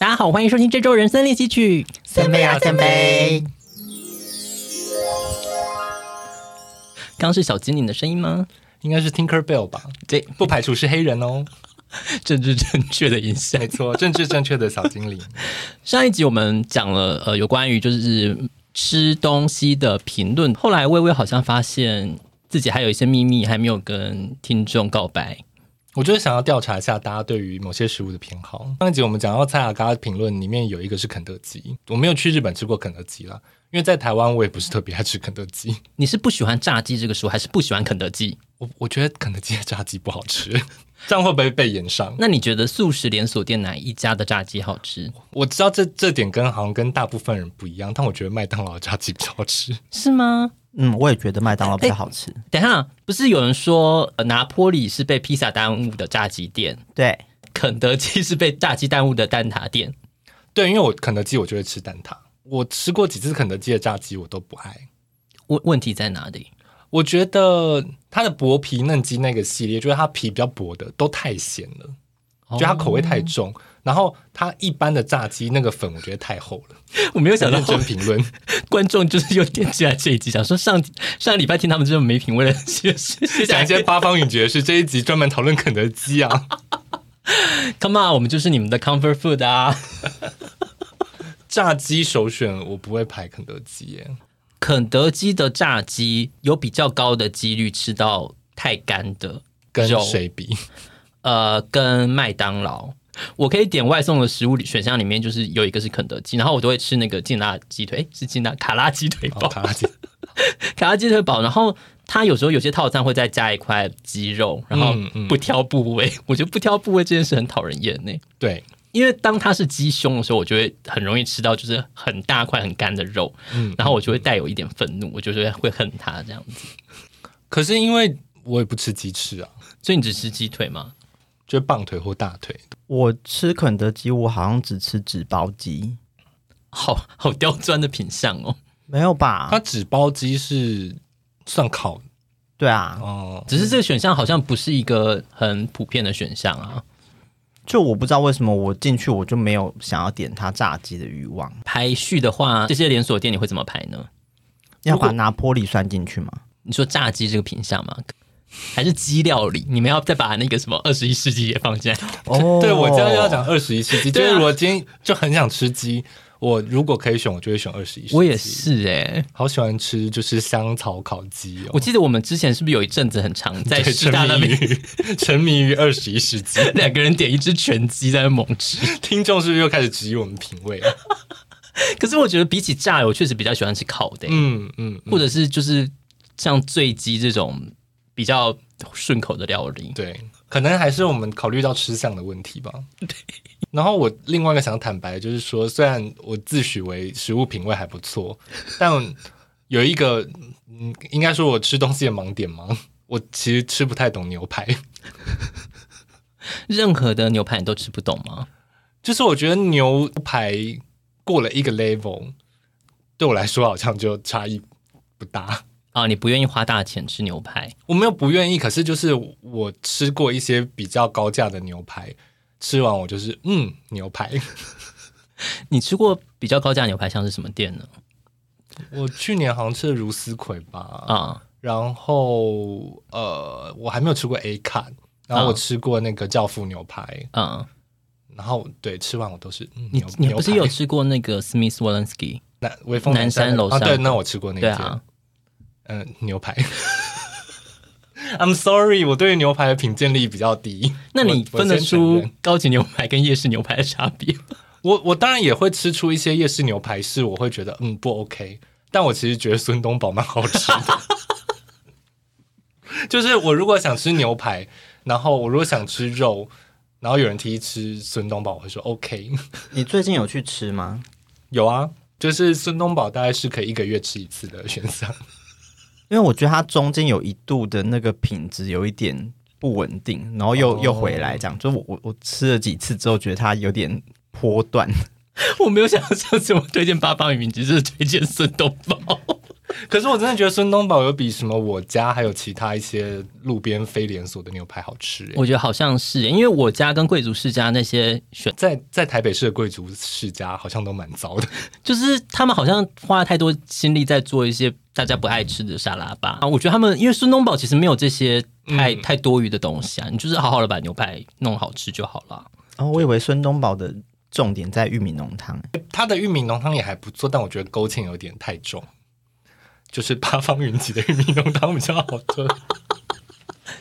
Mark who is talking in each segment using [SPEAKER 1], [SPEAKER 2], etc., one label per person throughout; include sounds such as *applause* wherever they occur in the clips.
[SPEAKER 1] 家好，欢迎收听这周人生练习曲。
[SPEAKER 2] 三杯啊，三杯！
[SPEAKER 1] 刚是小精灵的声音吗？
[SPEAKER 2] 应该是 Tinker Bell 吧？
[SPEAKER 1] 对，
[SPEAKER 2] 不排除是黑人哦。
[SPEAKER 1] 政治正确的影响。
[SPEAKER 2] 没错，政治正确的小精灵。 *laughs*
[SPEAKER 1] 上一集我们讲了呃有关于就是吃东西的评论，后来微微好像发现自己还有一些秘密还没有跟听众告白。
[SPEAKER 2] 我就是想要调查一下大家对于某些食物的偏好。上一集我们讲到蔡雅嘎的评论里面有一个是肯德基，我没有去日本吃过肯德基啦，因为在台湾我也不是特别爱吃肯德基。 *laughs*
[SPEAKER 1] 你是不喜欢炸鸡这个食物，还是不喜欢肯德基？
[SPEAKER 2] 我我觉得肯德基的炸鸡不好吃， *laughs* 这样会不会被延上？
[SPEAKER 1] 那你觉得素食连锁店哪一家的炸鸡好吃？
[SPEAKER 2] 我知道这这点跟好像跟大部分人不一样，但我觉得麦当劳的炸鸡比较好吃。
[SPEAKER 1] 是吗？
[SPEAKER 3] 嗯，我也觉得麦当劳比较好吃。
[SPEAKER 1] 等一下，不是有人说、呃拿坡里是被披萨耽误的炸鸡店，
[SPEAKER 3] 对，
[SPEAKER 1] 肯德基是被炸鸡耽误的蛋挞店。
[SPEAKER 2] 对，因为我肯德基我就会吃蛋挞，我吃过几次肯德基的炸鸡我都不爱。
[SPEAKER 1] 问问题在哪里？
[SPEAKER 2] 我觉得它的薄皮嫩鸡那个系列，就是它皮比较薄的都太咸了，
[SPEAKER 1] 哦
[SPEAKER 2] 就它口味太重。然后它一般的炸鸡那个粉，我觉得太厚
[SPEAKER 1] *laughs*
[SPEAKER 2] 了。
[SPEAKER 1] 我没有想到
[SPEAKER 2] 认真评论，
[SPEAKER 1] *laughs* 观众就是又点进来这一集，想说上上礼拜听他们这么没品味的谢谢谢
[SPEAKER 2] 讲一些
[SPEAKER 1] 谢
[SPEAKER 2] 八方云集的事。这一集专门讨论肯德基
[SPEAKER 1] *laughs*
[SPEAKER 2] 啊，
[SPEAKER 1] ，Come on，我们就是你们的 comfort food 啊。
[SPEAKER 2] 炸鸡首选我不会排肯德基耶。
[SPEAKER 1] 肯德基的炸鸡有比较高的几率吃到太干的
[SPEAKER 2] 跟
[SPEAKER 1] 肉，
[SPEAKER 2] 谁比？
[SPEAKER 1] 呃，跟麦当劳。我可以点外送的食物里选项里面，就是有一个是肯德基，然后我都会吃那个劲辣鸡腿，诶是劲辣卡拉鸡腿堡
[SPEAKER 2] 好，，卡
[SPEAKER 1] *laughs*
[SPEAKER 2] 拉鸡
[SPEAKER 1] 卡拉鸡腿堡。然后它有时候有些套餐会再加一块鸡肉，然后
[SPEAKER 2] 嗯嗯
[SPEAKER 1] 不挑部位， *laughs* 我觉得不挑部位这件事很讨人厌呢、
[SPEAKER 2] 对，
[SPEAKER 1] 因为当它是鸡胸的时候，我就会很容易吃到就是很大块很干的肉，
[SPEAKER 2] 嗯
[SPEAKER 1] 然后我就会带有一点愤怒，我就是会恨它这样子。
[SPEAKER 2] 可是因为我也不吃鸡翅啊，
[SPEAKER 1] 所以你只吃鸡腿吗？
[SPEAKER 2] 就是棒腿或大腿。
[SPEAKER 3] 我吃肯德基，我好像只吃纸包鸡，
[SPEAKER 2] *laughs*
[SPEAKER 1] 好好刁钻的品相哦，
[SPEAKER 3] 没有吧
[SPEAKER 2] 它？纸包鸡是算烤
[SPEAKER 3] 对啊，
[SPEAKER 2] 哦，
[SPEAKER 1] 只是这个选项好像不是一个很普遍的选项啊。
[SPEAKER 3] 就我不知道为什么我进去我就没有想要点它炸鸡的欲望。
[SPEAKER 1] 排序的话，这些连锁店你会怎么排呢？
[SPEAKER 3] 要把拿坡里算进去吗？
[SPEAKER 1] 你说炸鸡这个品相吗？还是鸡料理？你们要再把那个什么二十一世纪也放进来？
[SPEAKER 3] 哦
[SPEAKER 2] *laughs* 对，我今天要讲二十一世纪，就
[SPEAKER 1] 对啊
[SPEAKER 2] 是我今天就很想吃鸡。我如果可以选，我就会选二十一世纪。
[SPEAKER 1] 我也，是哎、
[SPEAKER 2] 好喜欢吃就是香草烤鸡
[SPEAKER 1] 我
[SPEAKER 2] 哦。
[SPEAKER 1] 记得我们之前是不是有一阵子很长在
[SPEAKER 2] 对
[SPEAKER 1] 师大那
[SPEAKER 2] 沉迷
[SPEAKER 1] 边
[SPEAKER 2] 于 *laughs* 沉迷于二十一世纪，
[SPEAKER 1] *laughs* 两个人点一只全鸡在那猛吃。
[SPEAKER 2] 听众是不是又开始质疑我们品味啊了？
[SPEAKER 1] 可是我觉得比起炸油，我确实比较喜欢吃烤的、欸
[SPEAKER 2] 嗯嗯，嗯
[SPEAKER 1] 或者是就是像醉鸡这种比较顺口的料理。
[SPEAKER 2] 对，可能还是我们考虑到吃相的问题吧。对。然后我另外一个想坦白的就是说，虽然我自诩为食物品味还不错，但有一个嗯，应该说我吃东西的盲点吗？我其实吃不太懂牛排， *laughs*
[SPEAKER 1] 任何的牛排你都吃不懂吗？
[SPEAKER 2] 就是我觉得牛排过了一个 level，对我来说好像就差异不大。
[SPEAKER 1] 啊，你不愿意花大钱吃牛排，
[SPEAKER 2] 我没有不愿意，可是就是我吃过一些比较高价的牛排，吃完我就是嗯牛排。
[SPEAKER 1] 你吃过比较高价牛排像是什么店呢？
[SPEAKER 2] 我去年好像吃了如斯葵吧，
[SPEAKER 1] 啊，
[SPEAKER 2] 然后呃，我还没有吃过 A 卡，然后我吃过那个教父牛排，
[SPEAKER 1] 嗯，
[SPEAKER 2] 然后对，吃完我都是、嗯、
[SPEAKER 1] 你
[SPEAKER 2] 牛
[SPEAKER 1] 你不是有
[SPEAKER 2] 牛排
[SPEAKER 1] 吃过那个 Smith Wolenski？
[SPEAKER 2] 南微风
[SPEAKER 1] 南山
[SPEAKER 2] 山
[SPEAKER 1] 楼上
[SPEAKER 2] 啊？对，那我吃过那
[SPEAKER 1] 对
[SPEAKER 2] 间，
[SPEAKER 1] 啊，
[SPEAKER 2] 嗯、牛排。I'm sorry，我对于牛排的品鉴力比较低。
[SPEAKER 1] 那你
[SPEAKER 2] 我我
[SPEAKER 1] 分得
[SPEAKER 2] 先承
[SPEAKER 1] 出
[SPEAKER 2] 认
[SPEAKER 1] 高级牛排跟夜市牛排的差别吗？ *laughs*
[SPEAKER 2] 我我当然也会吃出一些夜市牛排是我会觉得嗯不 OK，但我其实觉得孙东宝蛮好吃的。 *laughs* 就是我如果想吃牛排，然后我如果想吃肉，然后有人提议吃孙东宝，我会说 OK。 *laughs*
[SPEAKER 3] 你最近有去吃吗？
[SPEAKER 2] 有啊，就是孙东宝大概是可以一个月吃一次的选项。
[SPEAKER 3] 因为我觉得它中间有一度的那个品质有一点不稳定，然后又、
[SPEAKER 2] 哦
[SPEAKER 3] 又回来，这样就我我我吃了几次之后，觉得它有点波段。
[SPEAKER 1] 我没有想到上次我推荐八方云集，就是推荐孙东宝。
[SPEAKER 2] 可是我真的觉得孙东宝有比什么我家还有其他一些路边非连锁的牛排好吃、欸。
[SPEAKER 1] 我觉得好像是耶，因为我家跟贵族世家那些选，
[SPEAKER 2] 在在台北市的贵族世家好像都蛮糟的，
[SPEAKER 1] 就是他们好像花了太多心力在做一些大家不爱吃的沙拉吧。啊，我觉得他们因为孙东宝其实没有这些太、
[SPEAKER 2] 嗯
[SPEAKER 1] 太多余的东西啊，你就是好好的把牛排弄好吃就好
[SPEAKER 2] *laughs*
[SPEAKER 1] 了。
[SPEAKER 3] 然后哦我以为孙东宝的重点在玉米浓汤，
[SPEAKER 2] 它的玉米浓汤也还不错，但我觉得勾芡有点太重，就是八方云集的玉米浓汤比较好喝。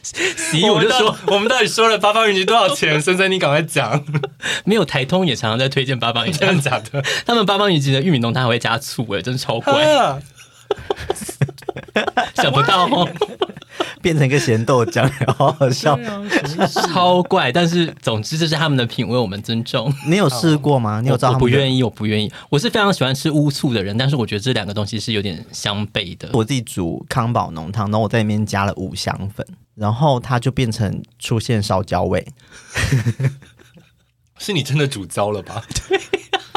[SPEAKER 1] 所以我就说，
[SPEAKER 2] *laughs* 我们到底说了八方云集多 *laughs* 少
[SPEAKER 1] *laughs*
[SPEAKER 2] 钱？森森，你赶快讲，
[SPEAKER 1] 没有台通也常常在推荐八方云集，
[SPEAKER 2] 真的假 *laughs* 的？
[SPEAKER 1] 他们八方云集的玉米浓汤还会加醋、哎，真超
[SPEAKER 2] *laughs*
[SPEAKER 1] 怪，
[SPEAKER 2] 啊
[SPEAKER 1] 想不到哦，
[SPEAKER 3] 变成一个咸豆浆， *laughs* 好好笑。
[SPEAKER 1] 超怪。但是总之这是他们的品味，我们尊重。
[SPEAKER 3] 你有试过吗？你有照
[SPEAKER 1] 我
[SPEAKER 3] 他
[SPEAKER 1] 我不
[SPEAKER 3] 们的？
[SPEAKER 1] 愿意，我不愿意。我是非常喜欢吃乌醋的人，但是我觉得这两个东西是有点相悖的。
[SPEAKER 3] 我自己煮康宝浓汤，然后我在里面加了五香粉，然后它就变成出现烧焦味。
[SPEAKER 2] 是你真的煮糟了吧？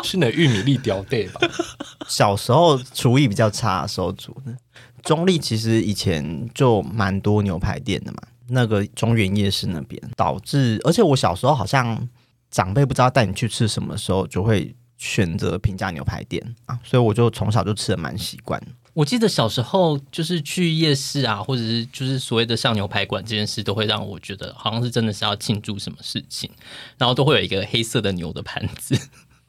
[SPEAKER 2] 是你的玉米粒掉对吧？
[SPEAKER 3] 小时候厨艺比较差的时候煮的。中立其实以前就蛮多牛排店的嘛，那个中原夜市那边，导致而且我小时候好像长辈不知道带你去吃什么的时候，就会选择平价牛排店啊，所以我就从小就吃的蛮习惯。
[SPEAKER 1] 我记得小时候就是去夜市啊，或者是就是所谓的上牛排馆这件事，都会让我觉得好像是真的是要庆祝什么事情，然后都会有一个黑色的牛的盘子，
[SPEAKER 2] *laughs*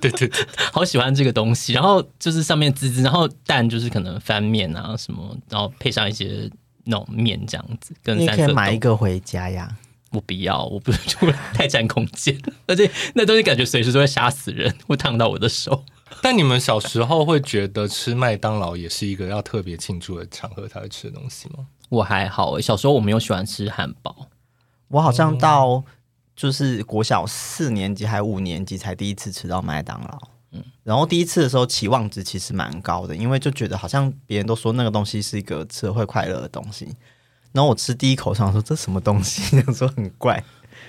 [SPEAKER 2] 对对对，
[SPEAKER 1] 好喜欢这个东西。然后就是上面滋滋，然后蛋就是可能翻面啊什么，然后配上一些那种面这样子，跟
[SPEAKER 3] 你也
[SPEAKER 1] 三
[SPEAKER 3] 可
[SPEAKER 1] 色豆。
[SPEAKER 3] 以买一个回家呀，
[SPEAKER 1] 我不要，我不就会太占空间， *laughs* 而且那东西感觉随时都会杀死人， *laughs* 会烫到我的手。
[SPEAKER 2] 但你们小时候会觉得吃麦当劳也是一个要特别庆祝的场合才会吃的东西吗？
[SPEAKER 1] 我还好、欸，小时候我没有喜欢吃汉堡，
[SPEAKER 3] 我好像到就是国小四年级还五年级才第一次吃到麦当劳。然后第一次的时候期望值其实蛮高的，因为就觉得好像别人都说那个东西是一个吃了会快乐的东西。然后我吃第一口，想说这什么东西， *laughs* 想说很怪。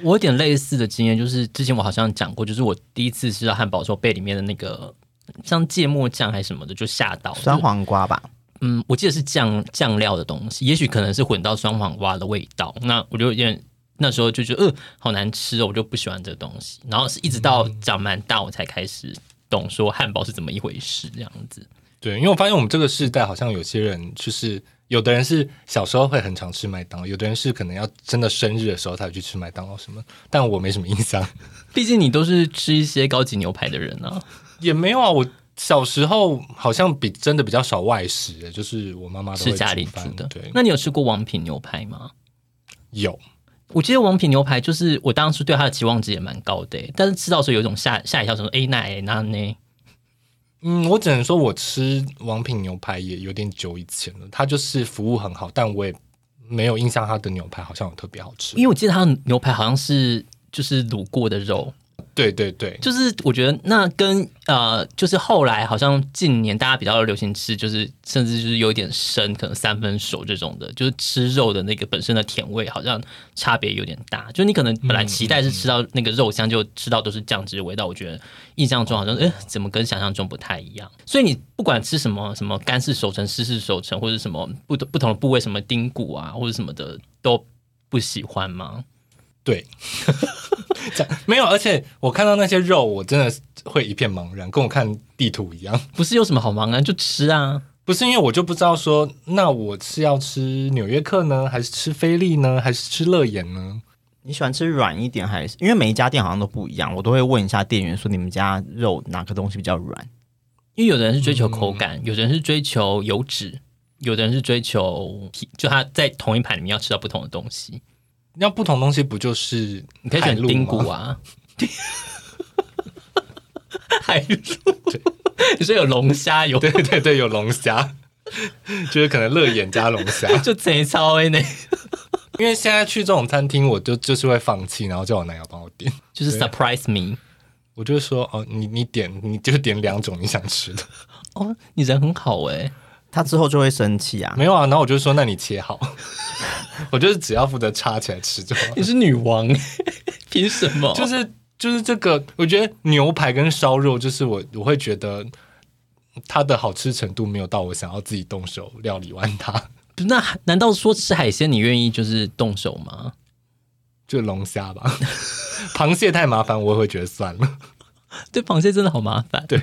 [SPEAKER 1] 我有点类似的经验，就是之前我好像讲过，就是我第一次吃到汉堡的时候，被里面的那个像芥末酱还是什么的就吓到。
[SPEAKER 3] 酸
[SPEAKER 1] 就是
[SPEAKER 3] 黄瓜吧，
[SPEAKER 1] 嗯，我记得是酱酱料的东西，也许可能是混到酸黄瓜的味道。那我就有点那时候就觉得，呃，好难吃哦，我就不喜欢这个东西。然后是一直到
[SPEAKER 2] 嗯
[SPEAKER 1] 长蛮大，我才开始懂说汉堡是怎么一回事，这样子。
[SPEAKER 2] 对，因为我发现我们这个世代好像有些人就是，有的人是小时候会很常吃麦当劳，有的人是可能要真的生日的时候才会去吃麦当劳什么，但我没什么印象，
[SPEAKER 1] 毕竟你都是吃一些高级牛排的人啊。
[SPEAKER 2] 也没有啊，我。小时候好像比真的比较少外食，欸就是我妈妈都会
[SPEAKER 1] 是家里
[SPEAKER 2] 饭
[SPEAKER 1] 煮的
[SPEAKER 2] 对。，
[SPEAKER 1] 那你有吃过王品牛排吗？
[SPEAKER 2] 有
[SPEAKER 1] 我记得王品牛排就是我当初对它的期望值也蛮高的欸、但是吃到的时候有一种吓吓一跳，想说哎那哎那呢？
[SPEAKER 2] 嗯，我只能说我吃王品牛排也有点久以前了，它就是服务很好，但我也没有印象它的牛排好像有特别好吃。
[SPEAKER 1] 因为我记得它的牛排好像是就是卤过的肉，
[SPEAKER 2] 对对对，
[SPEAKER 1] 就是我觉得那跟呃就是后来好像近年大家比较流行吃，就是甚至就是有一点生，可能三分熟这种的，就是吃肉的那个本身的甜味好像差别有点大。就你可能本来期待是吃到那个肉香，就吃到都是酱汁的味道，我觉得印象中好像哎、诶怎么跟想象中不太一样。所以你不管吃什么什么干式熟成、湿式熟成，或者什么不同不同的部位，什么丁骨啊或者什么的都不喜欢吗？
[SPEAKER 2] 对，这样没有，而且我看到那些肉，我真的会一片茫然，跟我看地图一样。
[SPEAKER 1] 不是有什么好忙啊，就吃啊。
[SPEAKER 2] 不是因为我就不知道说，那我是要吃纽约客呢，还是吃菲力呢，还是吃乐眼呢？
[SPEAKER 3] 你喜欢吃软一点还是？因为每一家店好像都不一样，我都会问一下店员说你们家肉哪个东西比较软？
[SPEAKER 1] 因为有的人是追求口感，有的人是追求油脂，有的人是追求皮，就他在同一盘里面要吃到不同的东西。
[SPEAKER 2] 要不同东西不就是
[SPEAKER 1] 你可以
[SPEAKER 2] 海
[SPEAKER 1] 选
[SPEAKER 2] 陆
[SPEAKER 1] 丁
[SPEAKER 2] 吗
[SPEAKER 1] 骨？啊， *laughs* 海陆，你说有龙虾有
[SPEAKER 2] *laughs* 对对对，有龙虾， *laughs* 就是可能乐眼加龙虾。
[SPEAKER 1] 就贼超哎呢，
[SPEAKER 2] *laughs* 因为现在去这种餐厅，我就就是会放弃，然后叫我男友帮我点。 *laughs*
[SPEAKER 1] 就是 surprise me
[SPEAKER 2] 我就会说哦，你你点你就点两种你想吃 *laughs* 的，
[SPEAKER 1] 哦，你人很好哎、
[SPEAKER 3] 他之后就会生气啊。
[SPEAKER 2] 没有啊？然后我就说那你切好， *laughs* 我就是只要负责插起来吃 *laughs* 就好。
[SPEAKER 1] 你是女王，欸 *laughs* 凭什么？
[SPEAKER 2] 就是就是这个，我觉得牛排跟烧肉就是我我会觉得它的好吃程度没有到我想要自己动手料理完它。 *laughs*
[SPEAKER 1] 那难道说吃海鲜你愿意就是动手吗？
[SPEAKER 2] 就龙虾吧， *laughs* 螃蟹太麻烦，我也会觉得算了。
[SPEAKER 1] 对，螃蟹真的好麻烦。
[SPEAKER 2] 对，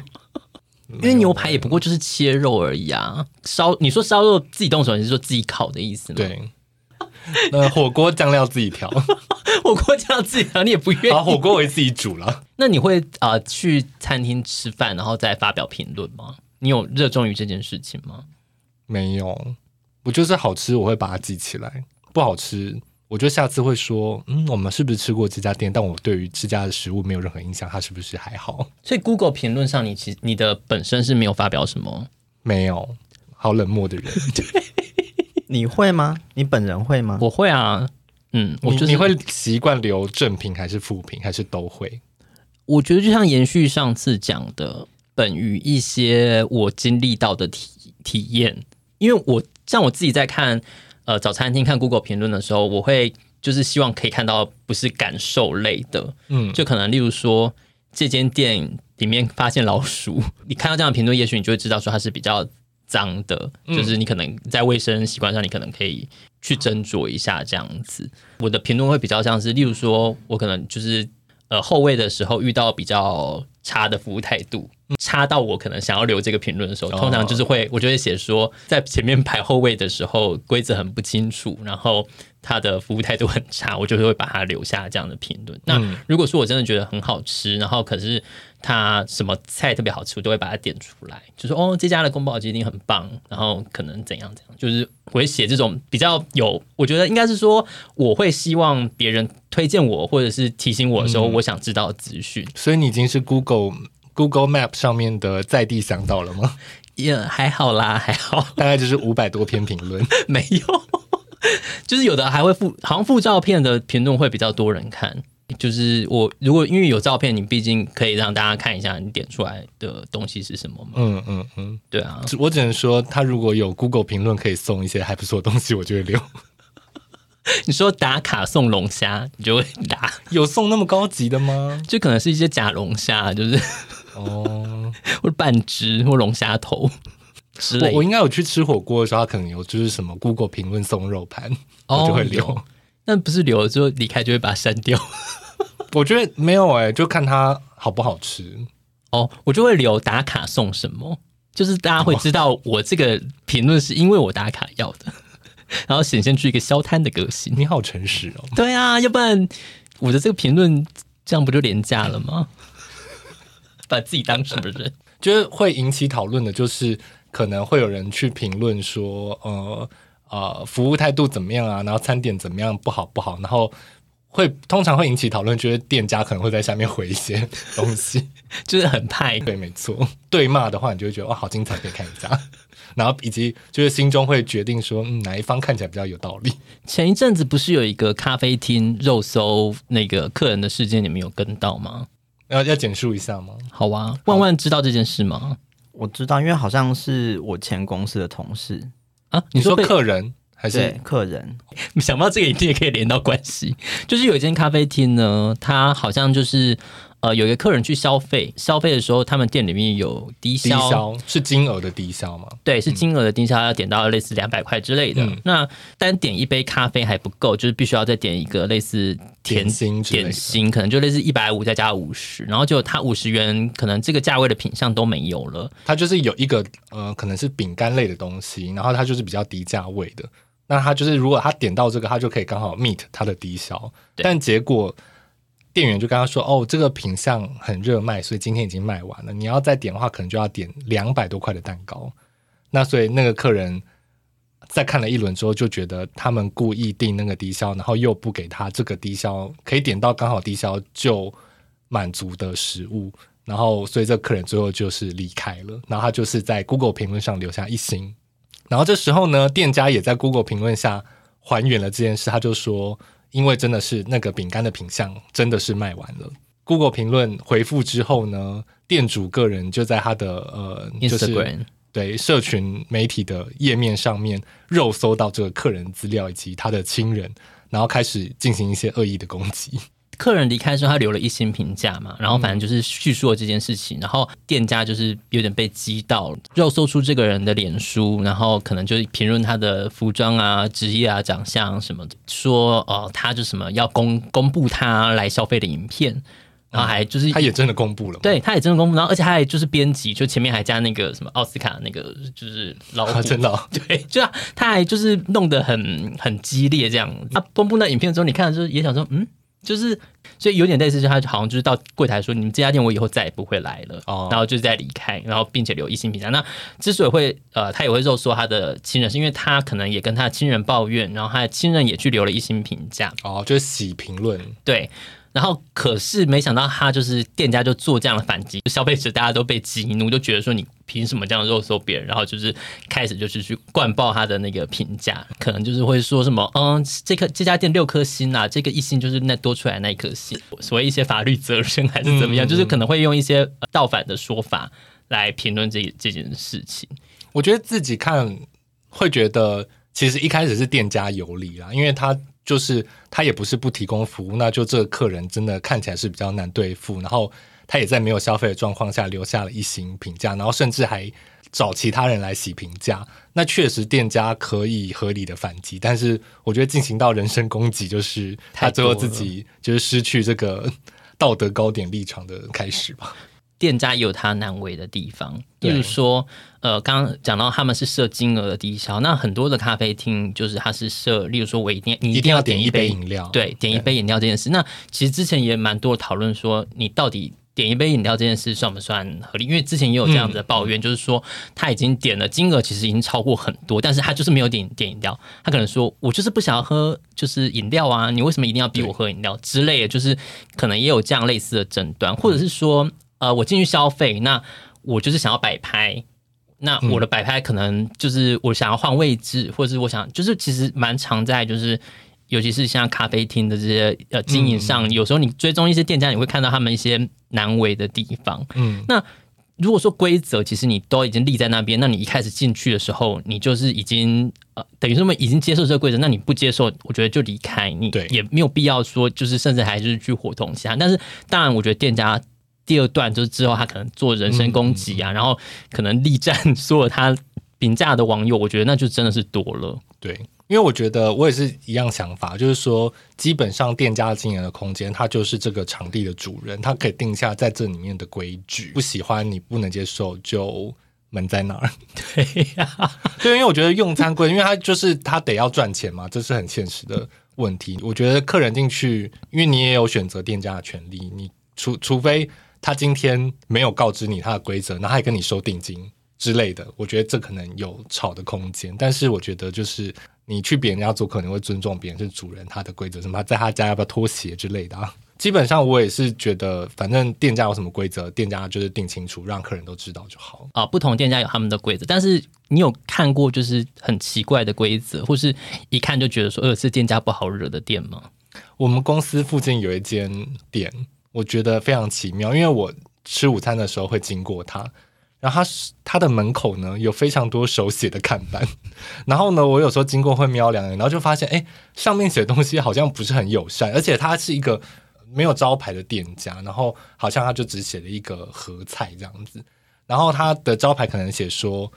[SPEAKER 1] 因为牛排也不过就是切肉而已啊。烧，你说烧肉自己动手，你是说自己烤的意思吗？， *laughs*
[SPEAKER 2] 对， *laughs* 那火锅酱料自己调，
[SPEAKER 1] 火锅这样自己烤，你也不愿
[SPEAKER 2] 啊，
[SPEAKER 1] 意。
[SPEAKER 2] 火锅我也自己煮了。
[SPEAKER 1] 那你会啊、呃去餐厅吃饭，然后再发表评论吗？你有热衷于这件事情吗？
[SPEAKER 2] 没有，我就是好吃，我会把它记起来；不好吃，我就下次会说，嗯，我们是不是吃过这家店？但我对于这家的食物没有任何印象，它是不是还好？
[SPEAKER 1] 所以 Google 评论上，你其实你的本身是没有发表什么。
[SPEAKER 2] 没有，好冷漠的
[SPEAKER 1] *laughs*
[SPEAKER 2] 人。
[SPEAKER 3] 你会吗？你本人会吗？
[SPEAKER 1] 我会啊，嗯，我
[SPEAKER 2] 你
[SPEAKER 1] 就是
[SPEAKER 2] 你会习惯留正评还是负评，还是都会？
[SPEAKER 1] 我觉得就像延续上次讲的，本于一些我经历到的体体验，因为我像我自己在看呃早餐厅看 Google 评论的时候，我会就是希望可以看到不是感受类的，
[SPEAKER 2] 嗯，
[SPEAKER 1] 就可能例如说这间店里面发现老鼠， *laughs* 你看到这样的评论，也许你就会知道说它是比较脏的，
[SPEAKER 2] 嗯
[SPEAKER 1] 就是你可能在卫生习惯上，你可能可以去斟酌一下这样子。我的评论会比较像是，例如说我可能就是呃后卫的时候遇到比较差的服务态度。差到我可能想要留这个评论的时候，
[SPEAKER 2] 哦
[SPEAKER 1] 通常就是会，我就会写说，在前面排后卫的时候，规则很不清楚，然后他的服务态度很差，我就会把它留下这样的评论。那
[SPEAKER 2] 嗯
[SPEAKER 1] 如果说我真的觉得很好吃，然后可是它什么菜特别好吃，我都会把它点出来，就说哦，这家的宫保鸡丁很棒，然后可能怎样怎样，就是我会写这种比较有，我觉得应该是说我会希望别人推荐我或者是提醒我的时候，
[SPEAKER 2] 嗯
[SPEAKER 1] 我想知道的资讯，
[SPEAKER 2] 所以你已经是 Google Google Map 上面的在地向导了吗？
[SPEAKER 1] 也、还好啦，还好。
[SPEAKER 2] 大概就是五百多篇评论。
[SPEAKER 1] *laughs* 没有，就是有的还会附，好像附照片的评论会比较多人看。就是我如果因为有照片，你毕竟可以让大家看一下你点出来的东西是什么嘛。
[SPEAKER 2] 嗯嗯嗯，
[SPEAKER 1] 对啊， *laughs*
[SPEAKER 2] 只我只能说，他如果有 Google 评论可以送一些还不错的东西，我就会留。 *laughs*
[SPEAKER 1] 你说打卡送龙虾，你就会打，
[SPEAKER 2] 有送那么高级的吗？
[SPEAKER 1] 就可能是一些假龙虾，就是 *laughs*
[SPEAKER 2] 哦，
[SPEAKER 1] 或者半只或龙虾头 *laughs* 之类
[SPEAKER 2] 我
[SPEAKER 1] 的
[SPEAKER 2] 我。应该有去吃火锅的时候，他可能有就是什么 Google 评论送肉盘，
[SPEAKER 1] 哦
[SPEAKER 2] 我就会留。
[SPEAKER 1] 有那不是留了之后离开就会把它删掉。
[SPEAKER 2] 我觉得没有哎、就看它好不好吃。
[SPEAKER 1] 哦，我就会留打卡送什么，就是大家会知道我这个评论是因为我打卡要的，然后显现出一个消摊的个性。
[SPEAKER 2] 你好诚实哦，
[SPEAKER 1] 对啊，要不然我的这个评论这样不就廉价了吗？把自己当什么人？
[SPEAKER 2] 就是会引起讨论的，就是可能会有人去评论说，呃呃，服务态度怎么样啊，然后餐点怎么样不好不好，然后会通常会引起讨论，就是店家可能会在下面回一些东西。
[SPEAKER 1] 就是很派。
[SPEAKER 2] 对，没错，对骂的话，你就会觉得哦哇，好精彩，可以看一下。 *laughs* 然后以及就是心中会决定说，嗯，哪一方看起来比较有道理。
[SPEAKER 1] 前一阵子不是有一个咖啡厅肉搜那个客人的事件，你们有跟到吗？
[SPEAKER 2] 要要简述一下吗？
[SPEAKER 1] 好啊，万万知道这件事吗？
[SPEAKER 3] 我知道，因为好像是我前公司的同事，
[SPEAKER 1] 啊，
[SPEAKER 2] 你说
[SPEAKER 1] 被
[SPEAKER 2] 客人还是
[SPEAKER 3] 对客人，
[SPEAKER 1] *laughs* 想不到这个一定也可以连到关系， *laughs* 就是有一间咖啡厅呢，它好像就是呃有一个客人去消费，消费的时候他们店里面有低
[SPEAKER 2] 低
[SPEAKER 1] 消，
[SPEAKER 2] 消？是金额的低消吗？
[SPEAKER 1] 对，是金额的低消，要点到类似两百块之类的。
[SPEAKER 2] 嗯
[SPEAKER 1] 那单点一杯咖啡还不够，就是必须要再点一个类似甜
[SPEAKER 2] 点心之类的
[SPEAKER 1] 点心，可能就类似一百五再加五十，然后就它五十元可能这个价位的品相都没有了。
[SPEAKER 2] 它就是有一个呃，可能是饼干类的东西，然后它就是比较低价位的。那它就是如果他点到这个，他就可以刚好 meet 它的低消。
[SPEAKER 1] 对
[SPEAKER 2] 但结果店员就跟他说：“哦，这个品相很热卖，所以今天已经卖完了。你要再点的话，可能就要点两百多块的蛋糕。”那所以那个客人在看了一轮之后，就觉得他们故意定那个低消，然后又不给他这个低消可以点到刚好低消就满足的食物，然后所以这个客人最后就是离开了，然后他就是在 Google 评论上留下一星，然后这时候呢，店家也在 Google 评论下还原了这件事，他就说，因为真的是那个饼干的品相真的是卖完了。Google 评论回复之后呢，店主个人就在他的呃就是
[SPEAKER 1] Instagram
[SPEAKER 2] 对社群媒体的页面上面肉搜到这个客人资料以及他的亲人，然后开始进行一些恶意的攻击。
[SPEAKER 1] 客人离开之后，他留了一星评价嘛，然后反正
[SPEAKER 2] 嗯
[SPEAKER 1] 就是叙述了这件事情，然后店家就是有点被激到，肉搜出这个人的脸书，然后可能就是评论他的服装啊、职业啊、长相什么的，说哦、他就什么要公公布他来消费的影片，然后还就是、
[SPEAKER 2] 啊他也真的公布了嘛，
[SPEAKER 1] 对，他也真的公布，然后而且他还就是编辑，就前面还加那个什么奥斯卡那个就是老虎
[SPEAKER 2] 啊， *laughs* 真的哦、
[SPEAKER 1] 对，就他他还就是弄得很很激烈这样。他公布那影片之后，你看了就是也想说，嗯，就是所以有点类似，就他好像就是到柜台说，你们这家店我以后再也不会来了，
[SPEAKER 2] 哦
[SPEAKER 1] 然后就再离开，然后并且留一星评价。那之所以会呃，他也会肉说他的亲人，是因为他可能也跟他的亲人抱怨，然后他的亲人也去留了一星评价，
[SPEAKER 2] 哦，就是洗评论，
[SPEAKER 1] 对。然后，可是没想到他就是店家就做这样的反击，消费者大家都被激怒，就觉得说你凭什么这样肉搜别人？然后就是开始就是去灌爆他的那个评价，可能就是会说什么，嗯，这颗这家店六颗星啦、这个一星就是那多出来那一颗星，所谓一些法律责任还是怎么样，
[SPEAKER 2] 嗯
[SPEAKER 1] 就是可能会用一些呃倒反的说法来评论这这件事情。
[SPEAKER 2] 我觉得自己看会觉得，其实一开始是店家有理啦，因为他就是他也不是不提供服务，那就这个客人真的看起来是比较难对付，然后他也在没有消费的状况下留下了一星评价，然后甚至还找其他人来洗评价，那确实店家可以合理的反击，但是我觉得进行到人身攻击，就是他
[SPEAKER 1] 太
[SPEAKER 2] 最
[SPEAKER 1] 多了
[SPEAKER 2] 后自己就是失去这个道德高点立场的开始吧。
[SPEAKER 1] 店家也有他难为的地方，例
[SPEAKER 2] 对
[SPEAKER 1] 如说，呃，刚刚讲到他们是设金额的低消，那很多的咖啡厅就是它是设，例如说我一定你
[SPEAKER 2] 嗯一定要点
[SPEAKER 1] 一
[SPEAKER 2] 一杯饮料，
[SPEAKER 1] 对，点一杯饮料这件事。那其实之前也蛮多讨论说，你到底点一杯饮料这件事算不算合理？因为之前也有这样子的抱怨，就是说他已经点了金额，其实已经超过很多，但是他就是没有点点饮料。他可能说我就是不想要喝，就是饮料啊，你为什么一定要逼我喝饮料之类的？就是可能也有这样类似的争端，或者是说，呃，我进去消费，那我就是想要摆拍。那我的摆拍可能就是我想要换位置，或者是我想就是其实蛮常在就是尤其是像咖啡厅的这些呃经营上，有时候你追踪一些店家，你会看到他们一些难为的地方。
[SPEAKER 2] 嗯，
[SPEAKER 1] 那如果说规则其实你都已经立在那边，那你一开始进去的时候，你就是已经呃，等于说我们已经接受这个规则，那你不接受，我觉得就离开，你
[SPEAKER 2] 对
[SPEAKER 1] 也没有必要说就是甚至还是去活动一下。但是当然，我觉得店家。第二段就是之后，他可能做人身攻击啊，然后可能力战所有他评价的网友，我觉得那就真的是多了。
[SPEAKER 2] 对，因为我觉得我也是一样想法，就是说，基本上店家经营的空间，它就是这个场地的主人，他可以定下在这里面的规矩，不喜欢你不能接受就门在哪儿。
[SPEAKER 1] 对呀、
[SPEAKER 2] *laughs* 对，因为我觉得用餐规，因为他就是他得要赚钱嘛，这是很现实的问题。我觉得客人进去，因为你也有选择店家的权利，你除除非他今天没有告知你他的规则，然后他还跟你收定金之类的，我觉得这可能有吵的空间。但是我觉得就是你去别人家做客，可能会尊重别人是主人他的规则，什么他在他家要不要脱鞋之类的啊。基本上我也是觉得，反正店家有什么规则，店家就是定清楚，让客人都知道就好。
[SPEAKER 1] 啊、不同店家有他们的规则，但是你有看过就是很奇怪的规则，或是一看就觉得说，呃，是店家不好惹的店吗？
[SPEAKER 2] 我们公司附近有一间店，我觉得非常奇妙，因为我吃午餐的时候会经过它，然后它是它的门口呢有非常多手写的看板， *laughs* 然后呢，我有时候经过会瞄两眼，然后就发现，哎，上面写的东西好像不是很友善，而且它是一个没有招牌的店家，然后好像它就只写了一个合菜这样子，然后它的招牌可能写说。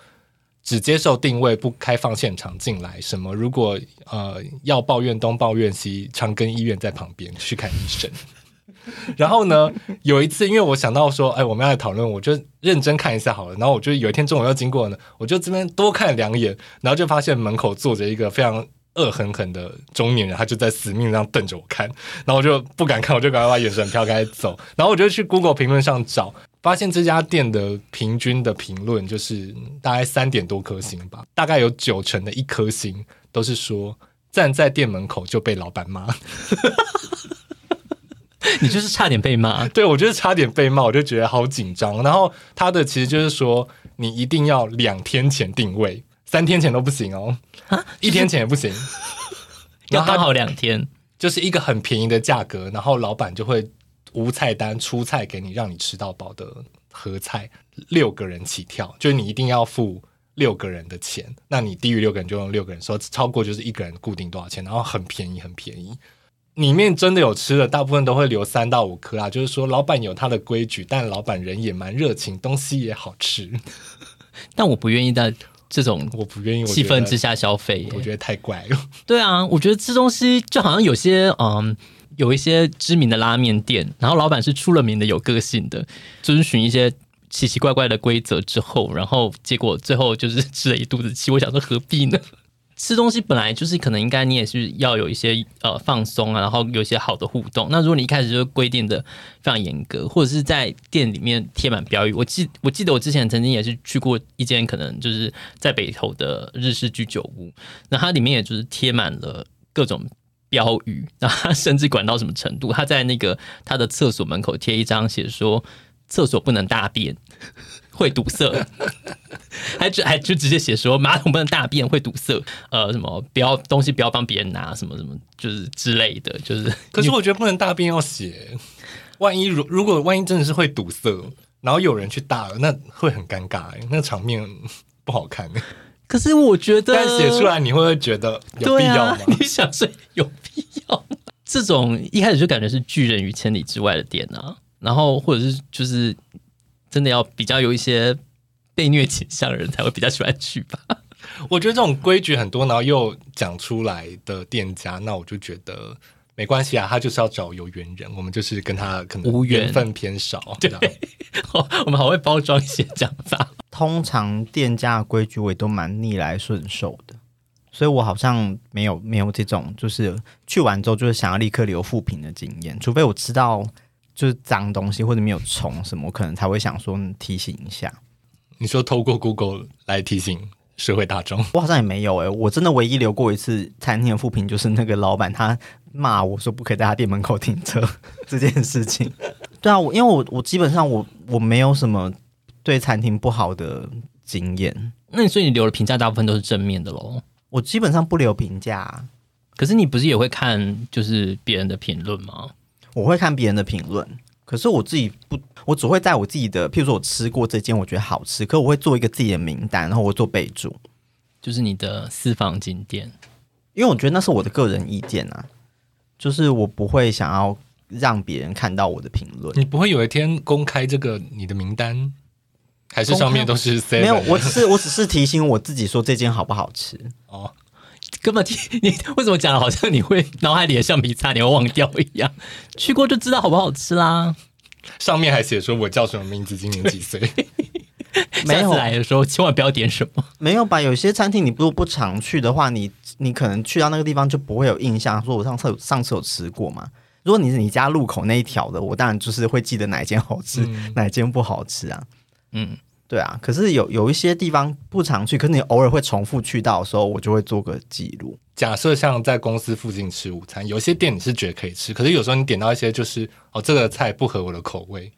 [SPEAKER 2] 只接受定位，不开放现场进来。什么？如果呃要抱怨东抱怨西，长庚医院在旁边去看医生。 *laughs* 然后呢，有一次因为我想到说，哎，我们要来讨论，我就认真看一下好了。然后我就有一天中午要经过呢，我就这边多看两眼，然后就发现门口坐着一个非常。恶狠狠的中年人，他就在死命这样瞪着我看，然后我就不敢看，我就赶快把眼神飘开走。然后我就去 Google 评论上找，发现这家店的平均的评论就是大概三点多颗星吧，大概有九成的一颗星都是说站在店门口就被老板骂。 *laughs*
[SPEAKER 1] *laughs* 你就是差点被骂，
[SPEAKER 2] 对，我就是差点被骂，我就觉得好紧张。然后他的其实就是说，你一定要两天前定位，三天前都不行哦，一天前也不行。然
[SPEAKER 1] 要
[SPEAKER 2] 后他
[SPEAKER 1] 刚好两天，
[SPEAKER 2] 就是一个很便宜的价格，然后老板就会无菜单出菜给你，让你吃到饱的合菜，六个人起跳，就是你一定要付六个人的钱，那你低于六个人就用六个人说，超过就是一个人固定多少钱，然后很便宜很便宜。里面真的有吃的，大部分都会留三到五颗啦。就是说，老板有他的规矩，但老板人也蛮热情，东西也好吃。
[SPEAKER 1] 但我不愿意在这种
[SPEAKER 2] 我不愿意，我
[SPEAKER 1] 气
[SPEAKER 2] 觉得
[SPEAKER 1] 氛之，下消费耶。
[SPEAKER 2] 我觉得太怪了。
[SPEAKER 1] 对啊，我觉得吃东西就好像有些嗯，有一些知名的拉面店，然后老板是出了名的有个性的，遵循一些奇奇怪怪的规则之后，然后结果最后就是吃了一肚子气。我想说何必呢？吃东西本来就是可能应该你也是要有一些呃放松啊，然后有一些好的互动。那如果你一开始就规定的非常严格，或者是在店里面贴满标语，我记我记得我之前曾经也是去过一间可能就是在北投的日式居酒屋，那它里面也就是贴满了各种标语，然后它甚至管到什么程度，它在那个它的厕所门口贴一张写说厕所不能大便，会堵 *laughs* 塞，还直还就直接写说马桶不能大便会堵塞，呃什么不要东西不要帮别人拿什么什么就是之类的，就是
[SPEAKER 2] 可是我觉得不能大便要写，万一如如果万一真的是会堵塞，然后有人去大了，那会很尴尬、欸，那场面不好看。
[SPEAKER 1] 可是我觉得
[SPEAKER 2] 但写出来你会不会觉得有必
[SPEAKER 1] 对
[SPEAKER 2] 要吗？ *laughs*
[SPEAKER 1] 啊、你想睡有必要吗？这种一开始就感觉是拒人于千里之外的点啊，然后或者是就是真的要比较有一些被虐倾向的人才会比较喜欢去吧。 *laughs*
[SPEAKER 2] 我觉得这种规矩很多，然后又讲出来的店家，那我就觉得没关系啊，他就是要找有缘人，我们就是跟他可能
[SPEAKER 1] 无缘
[SPEAKER 2] 分偏少。对，
[SPEAKER 1] 我们好会包装一些讲法，
[SPEAKER 3] 通常店家的规矩我也都蛮逆来顺受的，所以我好像没有没有这种就是去完之后就是想要立刻留负评的经验，除非我吃到就是脏东西或者没有虫什么，我可能才会想说嗯提醒一下。
[SPEAKER 2] 你说透过 Google 来提醒社会大众，
[SPEAKER 3] 我好像也没有诶、我真的唯一留过一次餐厅的负评，就是那个老板他骂我说不可以在他店门口停车这件事情。对啊，我因为我我基本上我我没有什么对餐厅不好的经验，
[SPEAKER 1] 那你所以你留的评价大部分都是正面的喽。
[SPEAKER 3] 我基本上不留评价啊、
[SPEAKER 1] 可是你不是也会看就是别人的评论吗？
[SPEAKER 3] 我会看别人的评论，可是我自己不，我只会在我自己的，譬如说我吃过这间，我觉得好吃，可我会做一个自己的名单，然后我做备注，
[SPEAKER 1] 就是你的私房景点，
[SPEAKER 3] 因为我觉得那是我的个人意见啊，就是我不会想要让别人看到我的评论。
[SPEAKER 2] *laughs* 你不会有一天公开这个你的名单，还是上面都是 seven？
[SPEAKER 3] 没有，我只是我只是提醒我自己说这间好不好
[SPEAKER 1] *laughs*
[SPEAKER 3] 吃，
[SPEAKER 2] 哦，
[SPEAKER 1] 根本听 *laughs* 你为什么讲的好像你会脑海里的橡皮擦你会忘掉一样？去过就知道好不好吃啦。
[SPEAKER 2] 上面还写说我叫什么名字，今年
[SPEAKER 1] *laughs*
[SPEAKER 2] 几岁。
[SPEAKER 3] 没
[SPEAKER 1] 下
[SPEAKER 3] 有
[SPEAKER 1] 次来的时候千万不要点什么。
[SPEAKER 3] 没有吧？有些餐厅你不不常去的话，你你可能去到那个地方就不会有印象，说我上次有上次有吃过嘛。如果你是你家路口那一条的，我当然就是会记得哪一间好吃，哪一间不好吃啊。
[SPEAKER 1] 嗯，
[SPEAKER 3] 对啊，可是有有一些地方不常去，可是你偶尔会重复去到的时候，我就会做个记录。
[SPEAKER 2] 假设像在公司附近吃午餐，有些店你是觉得可以吃，可是有时候你点到一些就是哦，这个菜不合我的口味，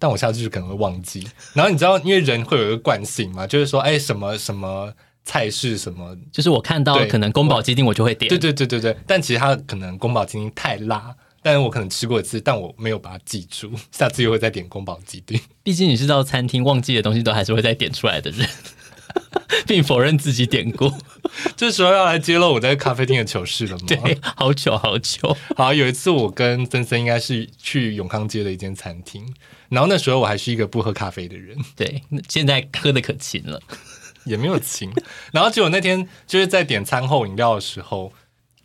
[SPEAKER 2] 但我下次就可能会忘记。然后你知道，因为人会有一个惯性嘛，就是说，哎，什么什么菜是什么，
[SPEAKER 1] 就是我看到
[SPEAKER 2] 对
[SPEAKER 1] 可能宫保鸡丁我就会点，
[SPEAKER 2] 对对对对对。但其实它可能宫保鸡丁太辣，但是我可能吃过一次，但我没有把它记住，下次又会再点宫保鸡
[SPEAKER 1] *laughs*
[SPEAKER 2] 丁。
[SPEAKER 1] 毕竟你是到餐厅忘记的东西都还是会再点出来的人， *laughs* 并否认自己点过。
[SPEAKER 2] 这时候要来揭露我在咖啡厅的糗事了吗？
[SPEAKER 1] 对，好久好久，
[SPEAKER 2] 好，有一次我跟森森应该是去永康街的一间餐厅，然后那时候我还是一个不喝咖啡的人，
[SPEAKER 1] 对，那现在喝的可勤了。
[SPEAKER 2] 也没有请。然后结果那天就是在点餐后饮料的时候，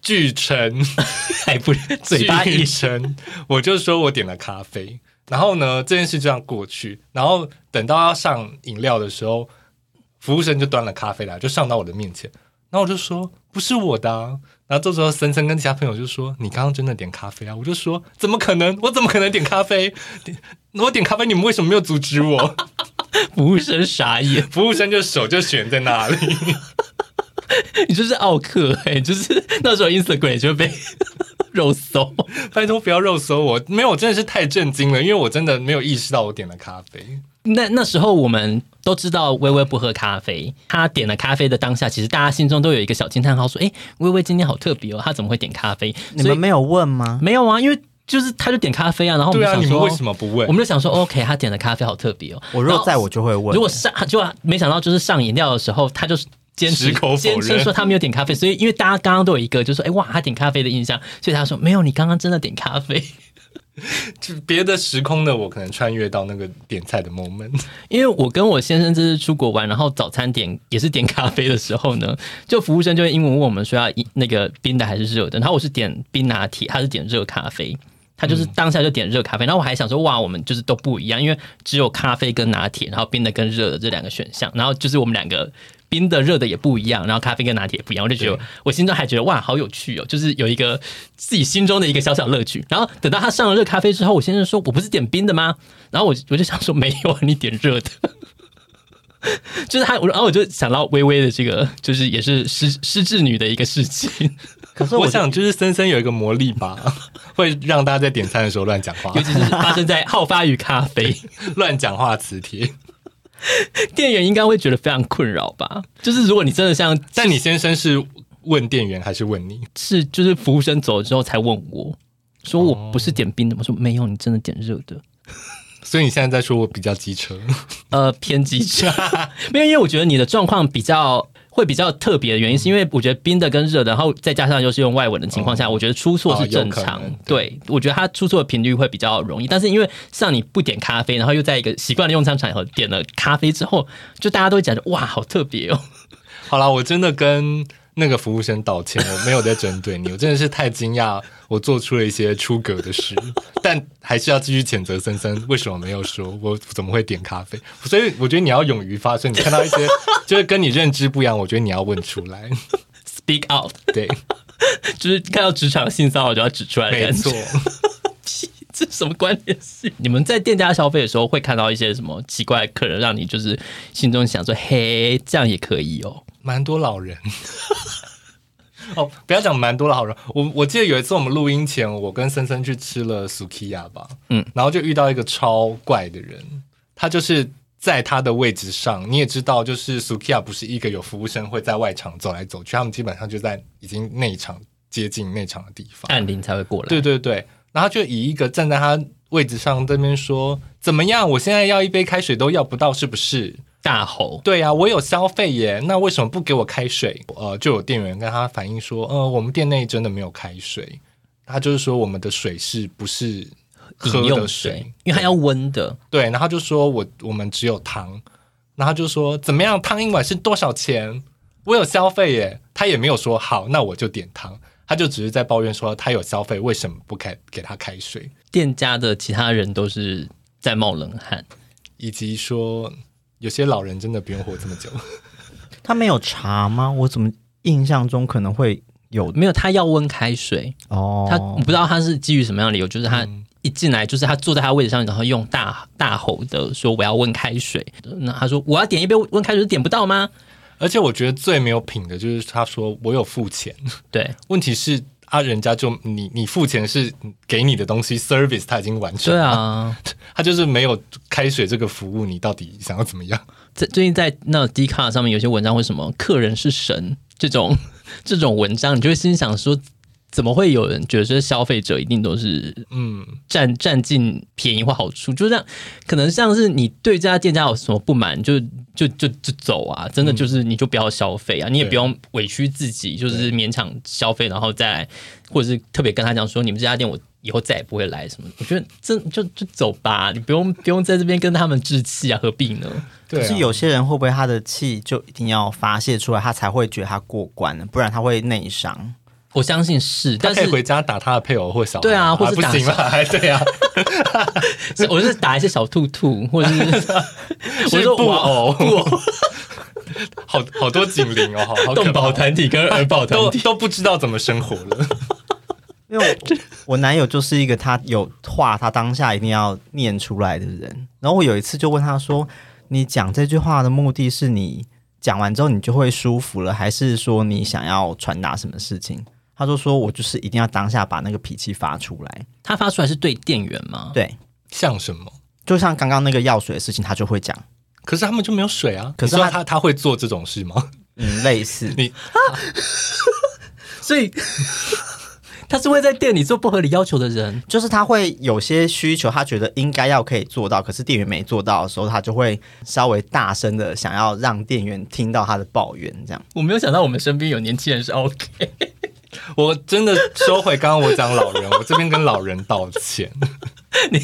[SPEAKER 2] 巨撑，
[SPEAKER 1] 还不是 *laughs* 嘴巴一
[SPEAKER 2] 巨撑， *laughs* 我就说我点了咖啡。然后呢，这件事就这样过去。然后等到要上饮料的时候，服务生就端了咖啡来，就上到我的面前。然后我就说不是我的、啊。然后这时候森森跟其他朋友就说：“你刚刚真的点咖啡啊？”我就说：“怎么可能？我怎么可能点咖啡？ *laughs* 点我点咖啡，你们为什么没有阻止我，
[SPEAKER 1] 服务生傻眼？”
[SPEAKER 2] 服务生就手就悬在那里。
[SPEAKER 1] *laughs* 你就是奥克哎、就是那时候 Instagram 就被 *laughs* 肉搜。
[SPEAKER 2] 拜托不要肉搜我，没有，我真的是太震惊了，因为我真的没有意识到我点了咖啡。
[SPEAKER 1] 那那时候我们都知道微微不喝咖啡，她点了咖啡的当下，其实大家心中都有一个小惊叹号，说：“哎、微微今天好特别哦，她怎么会点咖啡？”
[SPEAKER 3] 你
[SPEAKER 1] 所
[SPEAKER 3] 们
[SPEAKER 1] 以
[SPEAKER 3] 没有问吗？
[SPEAKER 1] 没有啊，因为就是她就点咖啡啊，然后我们
[SPEAKER 2] 对
[SPEAKER 1] 就
[SPEAKER 2] 啊，
[SPEAKER 1] 想
[SPEAKER 2] 你们
[SPEAKER 1] 说，
[SPEAKER 2] 为什么不问
[SPEAKER 1] 我？们就想说，OK，她点的咖啡好特别哦。
[SPEAKER 3] 我如
[SPEAKER 1] 然
[SPEAKER 3] 果
[SPEAKER 1] 后
[SPEAKER 3] 在我就会问。
[SPEAKER 1] 如果上就没想到就是上饮料的时候，她就是坚持
[SPEAKER 2] 矢口否认
[SPEAKER 1] 坚持说他没有点咖啡，所以因为大家刚刚都有一个就说，哎、哇，他点咖啡的印象，所以他说没有，你刚刚真的点咖啡，
[SPEAKER 2] 就别的时空的我可能穿越到那个点菜的 moment，
[SPEAKER 1] 因为我跟我先生这次出国玩，然后早餐点也是点咖啡的时候呢， *laughs* 就服务生就会英文问我们说要一那个冰的还是热的，然后我是点冰拿铁，他是点热咖啡。他就是当下就点热咖啡，然后我还想说哇，我们就是都不一样，因为只有咖啡跟拿铁，然后冰的跟热的这两个选项，然后就是我们两个冰的热的也不一样，然后咖啡跟拿铁也不一样，我就觉得我心中还觉得哇，好有趣哦，就是有一个自己心中的一个小小乐趣。然后等到他上了热咖啡之后，我先生说我不是点冰的吗？然后我我就想说没有，啊，你点热的。 *laughs* 就是他，我然后我就想到微微的这个，就是也是失失智女的一个事情，
[SPEAKER 3] 可是
[SPEAKER 2] 我
[SPEAKER 3] 我
[SPEAKER 2] 想就是森森有一个魔力
[SPEAKER 3] *laughs*
[SPEAKER 2] 吧，会让大家在点餐的时候乱讲话
[SPEAKER 1] 尤，其是发生在好发于咖啡。
[SPEAKER 2] *laughs* 乱讲话磁铁。
[SPEAKER 1] 店员应该会觉得非常困扰吧？就是如果你真的像
[SPEAKER 2] 但你先生是问店员还是问你？
[SPEAKER 1] 是就是服务生走了之后才问我说我不是点冰的吗？我说没有，你真的点热的。
[SPEAKER 2] 所以你现在在说我比较机车，
[SPEAKER 1] 呃，偏激
[SPEAKER 2] *laughs*
[SPEAKER 1] 差，没有，因为我觉得你的状况比较。会比较特别的原因，是因为我觉得冰的跟热的，然后再加上又是用外文的情况下，我觉得出错是正
[SPEAKER 2] 哦哦有
[SPEAKER 1] 常
[SPEAKER 2] 可能。
[SPEAKER 1] 对，我觉得它出错的频率会比较容易。但是因为像你不点咖啡，然后又在一个习惯的用餐场合点了咖啡之后，就大家都会讲说哇，好特别哦。 *laughs*
[SPEAKER 2] 好啦，我真的跟那个服务生道歉，我没有在针对你，我真的是太惊讶，我做出了一些出格的事，但还是要继续谴责森森为什么没有说我怎么会点咖啡。所以我觉得你要勇于发声，你看到一些就是跟你认知不一样，我觉得你要问出来。
[SPEAKER 1] Speak out，
[SPEAKER 2] 对，
[SPEAKER 1] 就是看到职场性骚扰就要指出来的
[SPEAKER 2] 没
[SPEAKER 1] 感觉
[SPEAKER 2] 错。，
[SPEAKER 1] *laughs* 这什么关联性？你们在店家消费的时候会看到一些什么奇怪的客人，让你就是心中想说嘿，这样也可以哦。
[SPEAKER 2] 蛮多老人。 *laughs* 哦，不要讲蛮多老人，我我记得有一次我们录音前，我跟森森去吃了 Sukiya 吧，
[SPEAKER 1] 嗯
[SPEAKER 2] 嗯，然后就遇到一个超怪的人，他就是在他的位置上，你也知道，就是 Sukiya 不是一个有服务生会在外场走来走去，他们基本上就在已经内场接近内场的地方，
[SPEAKER 1] 按铃才会过来。
[SPEAKER 2] 嗯对对对，然后他就以一个站在他位置上这边说怎么样，我现在要一杯开水都要不到，是不是？
[SPEAKER 1] 大吼，
[SPEAKER 2] 对啊，我有消费耶，那为什么不给我开水？呃，就有店员跟他反映说，呃，我们店内真的没有开水。他就是说我们的水是不是喝
[SPEAKER 1] 饮
[SPEAKER 2] 的
[SPEAKER 1] 用
[SPEAKER 2] 水
[SPEAKER 1] 水？，因为它要温的，
[SPEAKER 2] 对，然后他就说我我们只有汤，然后他就说怎么样，汤一碗是多少钱？我有消费耶，他也没有说好，那我就点汤，他就只是在抱怨说他有消费，为什么不开给他开水，
[SPEAKER 1] 店家的其他人都是在冒冷汗。
[SPEAKER 2] 以及说有些老人真的不用活这么久。 *laughs*
[SPEAKER 3] 他没有查吗？我怎么印象中可能会有
[SPEAKER 1] 没有，他要温开水，
[SPEAKER 3] 哦？
[SPEAKER 1] 他我不知道他是基于什么样的理由，就是他
[SPEAKER 2] 嗯
[SPEAKER 1] 一进来就是他坐在他位置上，然后用大大吼的说我要温开水。那他说我要点一杯温开水，点不到吗？
[SPEAKER 2] 而且我觉得最没有品的就是他说我有付钱，
[SPEAKER 1] 对，
[SPEAKER 2] 问题是啊，人家就你你付钱是给你的东西 service，他已经完成，
[SPEAKER 1] 对，啊。
[SPEAKER 2] 他就是没有开水这个服务，你到底想要怎么样？
[SPEAKER 1] 最最近在那 d 卡上面有些文章，为什么客人是神这种 *laughs* 这种文章，你就会心想说，怎么会有人觉得这消费者一定都是
[SPEAKER 2] 嗯，
[SPEAKER 1] 占占尽便宜或好处？就像可能像是你对这家店家有什么不满，就就就就走啊！真的就是你就不要消费啊，你也
[SPEAKER 2] 对
[SPEAKER 1] 不用委屈自己，就是勉强消费，然后再来或者是特别跟他讲说，你们这家店我。以后再也不会来什么的？我觉得这就就走吧，你不用不用在这边跟他们置气啊，何必呢？
[SPEAKER 2] 对、
[SPEAKER 3] 可
[SPEAKER 2] 啊，
[SPEAKER 3] 是有些人会不会他的气就一定要发泄出来，他才会觉得他过关呢？不然他会内伤。
[SPEAKER 1] 我相信是，
[SPEAKER 2] 他
[SPEAKER 1] 但
[SPEAKER 2] 可
[SPEAKER 1] 是
[SPEAKER 2] 以回家打他的配偶或小孩
[SPEAKER 1] 对啊或是
[SPEAKER 2] 不
[SPEAKER 1] 打
[SPEAKER 2] 行 *laughs* 啊，对啊，
[SPEAKER 1] 是我是打一些小兔兔， *laughs* 或者是我
[SPEAKER 2] 是
[SPEAKER 1] 说
[SPEAKER 2] 布
[SPEAKER 1] 哇哦
[SPEAKER 2] 偶，布偶， *laughs* 好好多警铃哦，好好可
[SPEAKER 1] 动保
[SPEAKER 2] 怕 *laughs* 呃
[SPEAKER 1] 团体跟儿保团
[SPEAKER 2] 都
[SPEAKER 1] 体，
[SPEAKER 2] 都不知道怎么生活了，
[SPEAKER 3] 因为我 *laughs* 我男友就是一个他有话他当下一定要念出来的人。然后我有一次就问他说：“你讲这句话的目的是你讲完之后你就会舒服了，还是说你想要传达什么事情？”他就说：“我就是一定要当下把那个脾气发出来。
[SPEAKER 1] 他发出来是对店员吗”？
[SPEAKER 3] 对，
[SPEAKER 2] 像什么？
[SPEAKER 3] 就像刚刚那个药水的事情，他就会讲，
[SPEAKER 2] 可是他们就没有水啊！
[SPEAKER 3] 可是
[SPEAKER 2] 你知道
[SPEAKER 3] 他
[SPEAKER 2] 他他会做这种 *laughs* 事吗？
[SPEAKER 3] 嗯，类似。
[SPEAKER 2] 你
[SPEAKER 1] 所以 *laughs* 他是会在店里做不合理要求的人。
[SPEAKER 3] 就是他会有些需求，他觉得应该要可以做到，可是店员没做到的时候，他就会稍微大声的想要让店员听到他的抱怨，这样。
[SPEAKER 1] 我没有想到我们身边有年轻人是哦 *laughs* OK，
[SPEAKER 2] 我真的收回刚刚我讲老人，我这边跟老人道歉。
[SPEAKER 1] 你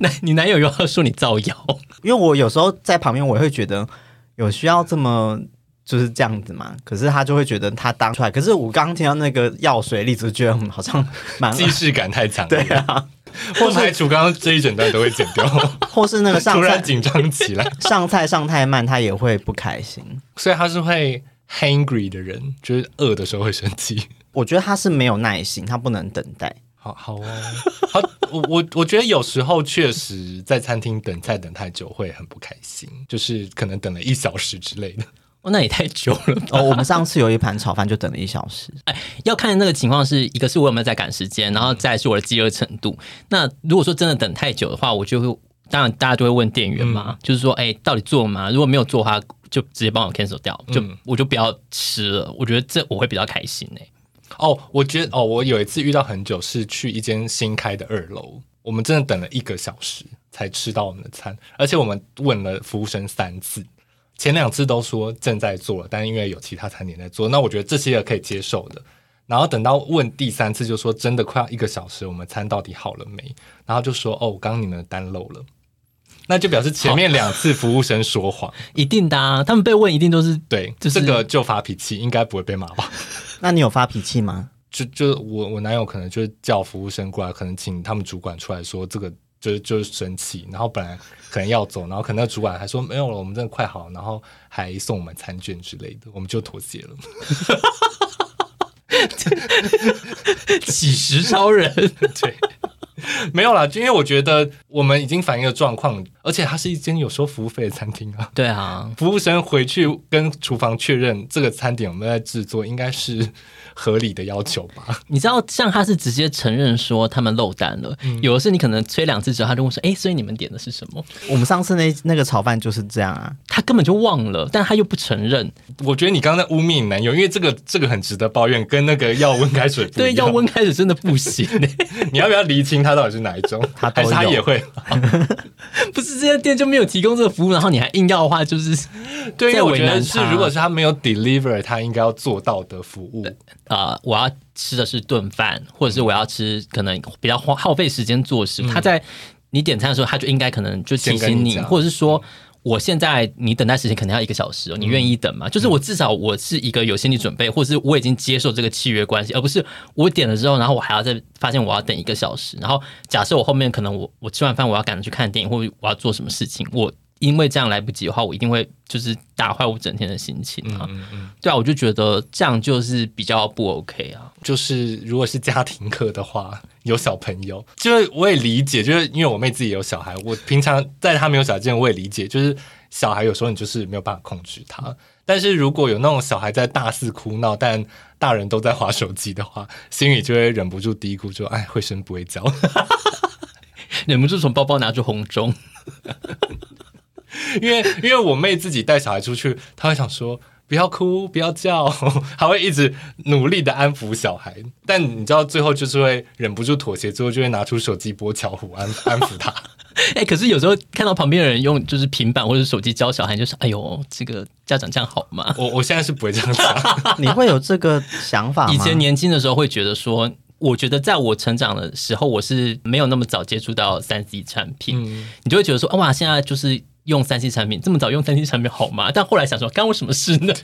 [SPEAKER 1] 男你男友又要说你造谣，
[SPEAKER 3] 因为我有时候在旁边，我会觉得有需要这么 *laughs* 就是这样子嘛，可是他就会觉得他当出来。可是我刚刚听到那个药水例子，觉得嗯好像
[SPEAKER 2] *laughs*
[SPEAKER 3] 蛮 *laughs*
[SPEAKER 2] 既视感太强，
[SPEAKER 3] 对，啊，
[SPEAKER 2] *laughs* 不排除刚刚这一整段都会剪掉，
[SPEAKER 3] 或是那个
[SPEAKER 2] *laughs* 突
[SPEAKER 3] 上
[SPEAKER 2] 然
[SPEAKER 3] 菜
[SPEAKER 2] 紧张起来。
[SPEAKER 3] 上菜上太慢，他也会不开心。
[SPEAKER 2] 所以他是会 hangry 的人，就是饿的时候会生
[SPEAKER 3] *laughs*
[SPEAKER 2] 气。
[SPEAKER 3] 我觉得他是没有耐心，他不能等待。
[SPEAKER 2] 好好哦， *laughs* 好，我我我觉得有时候确实在餐厅等菜等太久会很不开心，就是可能等了一小时之类的。
[SPEAKER 1] 哦那也太久了吧。
[SPEAKER 3] 哦，我们上次有一盘炒饭就等了一小时，
[SPEAKER 1] 要看那个情况是一个是我有没有在赶时间，然后再来是我的饥饿程度。那如果说真的等太久的话，我就会当然大家就会问店员嘛，就是说哎、到底做吗？如果没有做的话，就直接帮我 cancel 掉，就、我就不要吃了。我觉得这我会比较开心哎、
[SPEAKER 2] 哦，我觉得哦，我有一次遇到很久是去一间新开的二楼，我们真的等了一个小时才吃到我们的餐，而且我们问了服务生三次，前两次都说正在做了，但因为有其他餐点在做，那我觉得这些可以接受的。然后等到问第三次，就说真的快要一个小时，我们餐到底好了没？然后就说哦，刚刚你们的单漏了，那就表示前面两次服务生说谎，
[SPEAKER 1] 一定的、啊，他们被问一定都是
[SPEAKER 2] 对，
[SPEAKER 1] 就是
[SPEAKER 2] 这个就发脾气，应该不会被骂吧？
[SPEAKER 3] 那你有发脾气吗？
[SPEAKER 2] 就就我我男友可能就是叫服务生过来，可能请他们主管出来说这个就是就是生气，然后本来可能要走，然后可能那主管还说没有了，我们真的快好，然后还送我们餐券之类的，我们就妥协了。
[SPEAKER 1] 几十超人， *laughs*
[SPEAKER 2] 对， *laughs* 没有啦，就因为我觉得我们已经反映了状况，而且它是一间有收服务费的餐厅啊。
[SPEAKER 1] 对啊，
[SPEAKER 2] 服务生回去跟厨房确认这个餐点我们在制作，应该是合理的要求吧？
[SPEAKER 1] 你知道像他是直接承认说他们漏单了，有的是你可能催两次之后，他就问说，哎、所以你们点的是什么？
[SPEAKER 3] 我们上次那那个炒饭就是这样啊，
[SPEAKER 1] 他根本就忘了，但他又不承认，
[SPEAKER 2] 我觉得你刚才污蔑你男友，因为这个这个很值得抱怨，跟那个要温开水不一
[SPEAKER 1] 对，
[SPEAKER 2] 样
[SPEAKER 1] 要温开始真的不行、欸
[SPEAKER 2] *laughs* 你要不要厘清他到底是哪一种？
[SPEAKER 3] 他都
[SPEAKER 2] 还是他
[SPEAKER 3] 有
[SPEAKER 2] 也会？
[SPEAKER 1] 不是这家店就没有提供这个服务，然后你还硬要的话，就是
[SPEAKER 2] *laughs* 对，因为
[SPEAKER 1] 在
[SPEAKER 2] 我
[SPEAKER 1] 为
[SPEAKER 2] 觉得
[SPEAKER 1] 难
[SPEAKER 2] 是，
[SPEAKER 1] 他
[SPEAKER 2] 如果是他没有 deliver 他应该要做到的服务，
[SPEAKER 1] 啊、呃我要吃的是炖饭，或者是我要吃可能比较花耗费时间做事。他在你点餐的时候，他就应该可能就提
[SPEAKER 2] 先跟
[SPEAKER 1] 醒
[SPEAKER 2] 你
[SPEAKER 1] 你，
[SPEAKER 2] 讲
[SPEAKER 1] 或者是说。我现在你等待时间可能要一个小时哦，你愿意等吗？就是我至少我是一个有心理准备，或者是我已经接受这个契约关系，而不是我点了之后，然后我还要再发现我要等一个小时。然后假设我后面可能我我吃完饭我要赶着去看电影，或者我要做什么事情，我因为这样来不及的话，我一定会就是打坏我整天的心情啊。对啊，我就觉得这样就是比较不 OK 啊。 *laughs*
[SPEAKER 2] 就是如果是家庭课的话，有小朋友，就是我也理解，就是因为我妹自己也有小孩，我平常在她没有小孩之前，我也理解，就是小孩有时候你就是没有办法控制他。但是如果有那种小孩在大肆哭闹，但大人都在划手机的话，心里就会忍不住嘀咕说：“哎，会生不会教。”
[SPEAKER 1] 忍不住从包包拿出红中， *laughs*
[SPEAKER 2] 因为因为我妹自己带小孩出去，她会想说不要哭，不要叫， *laughs* 还会一直努力的安抚小孩。但你知道，最后就是会忍不住妥协，最后就会拿出手机拨巧虎安安抚她。
[SPEAKER 1] 哎、可是有时候看到旁边的人用就是平板或者手机教小孩，就是哎呦，这个家长这样好吗？
[SPEAKER 2] 我我现在是不会这样讲， *laughs*
[SPEAKER 3] 你会有这个想法
[SPEAKER 1] *laughs*
[SPEAKER 3] 吗？
[SPEAKER 1] 以前年轻的时候会觉得说，我觉得在我成长的时候，我是没有那么早接触到三 C 产品，你就会觉得说，啊哇，现在就是用三 C 产品，这么早用三 C 产品好吗？但后来想说，干我什么事呢？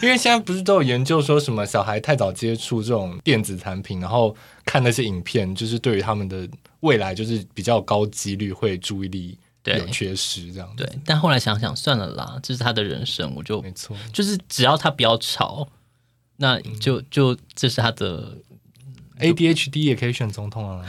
[SPEAKER 2] 因为现在不是都有研究说什么小孩太早接触这种电子产品，然后看那些影片，就是对于他们的未来就是比较高几率会注意力
[SPEAKER 1] 对
[SPEAKER 2] 有缺失这样。
[SPEAKER 1] 对，但后来想想算了啦，这是他的人生，我就
[SPEAKER 2] 没错。
[SPEAKER 1] 就是只要他不要吵，那
[SPEAKER 2] 嗯
[SPEAKER 1] 就就这是他的
[SPEAKER 2] ADHD 也可以选总 *laughs* 统啊。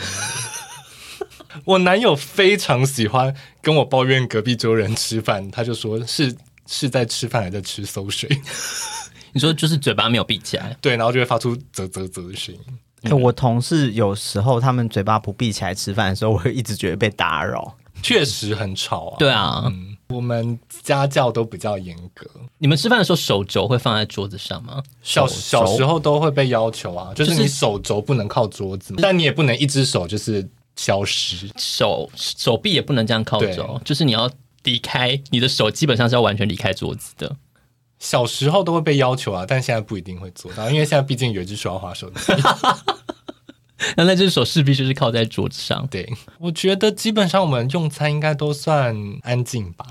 [SPEAKER 2] 我男友非常喜欢跟我抱怨隔壁桌人吃饭，他就说是是在吃饭还在吃馊水， *laughs*
[SPEAKER 1] 你说就是嘴巴没有闭起来，
[SPEAKER 2] 对，然后就会发出啧啧啧的声音。
[SPEAKER 3] 哎、我同事有时候他们嘴巴不闭起来吃饭的时候，我会一直觉得被打扰。
[SPEAKER 2] 确实很吵啊。
[SPEAKER 1] 对啊，
[SPEAKER 2] 嗯，我们家教都比较严格，
[SPEAKER 1] 你们吃饭的时候手肘会放在桌子上吗？
[SPEAKER 2] 小
[SPEAKER 3] 手
[SPEAKER 2] 小时候都会被要求啊，就是
[SPEAKER 1] 就是
[SPEAKER 2] 你手肘不能靠桌子，但你也不能一只手就是消失。
[SPEAKER 1] 手手臂也不能这样靠
[SPEAKER 2] 对
[SPEAKER 1] 肘，就是你要离开你的手，基本上是要完全离开桌子的。
[SPEAKER 2] 小时候都会被要求啊，但现在不一定会做到，因为现在毕竟有一只手要滑手机。
[SPEAKER 1] 那那只手势必就是靠在桌子上，
[SPEAKER 2] 对，我觉得基本上我们用餐应该都算安静吧，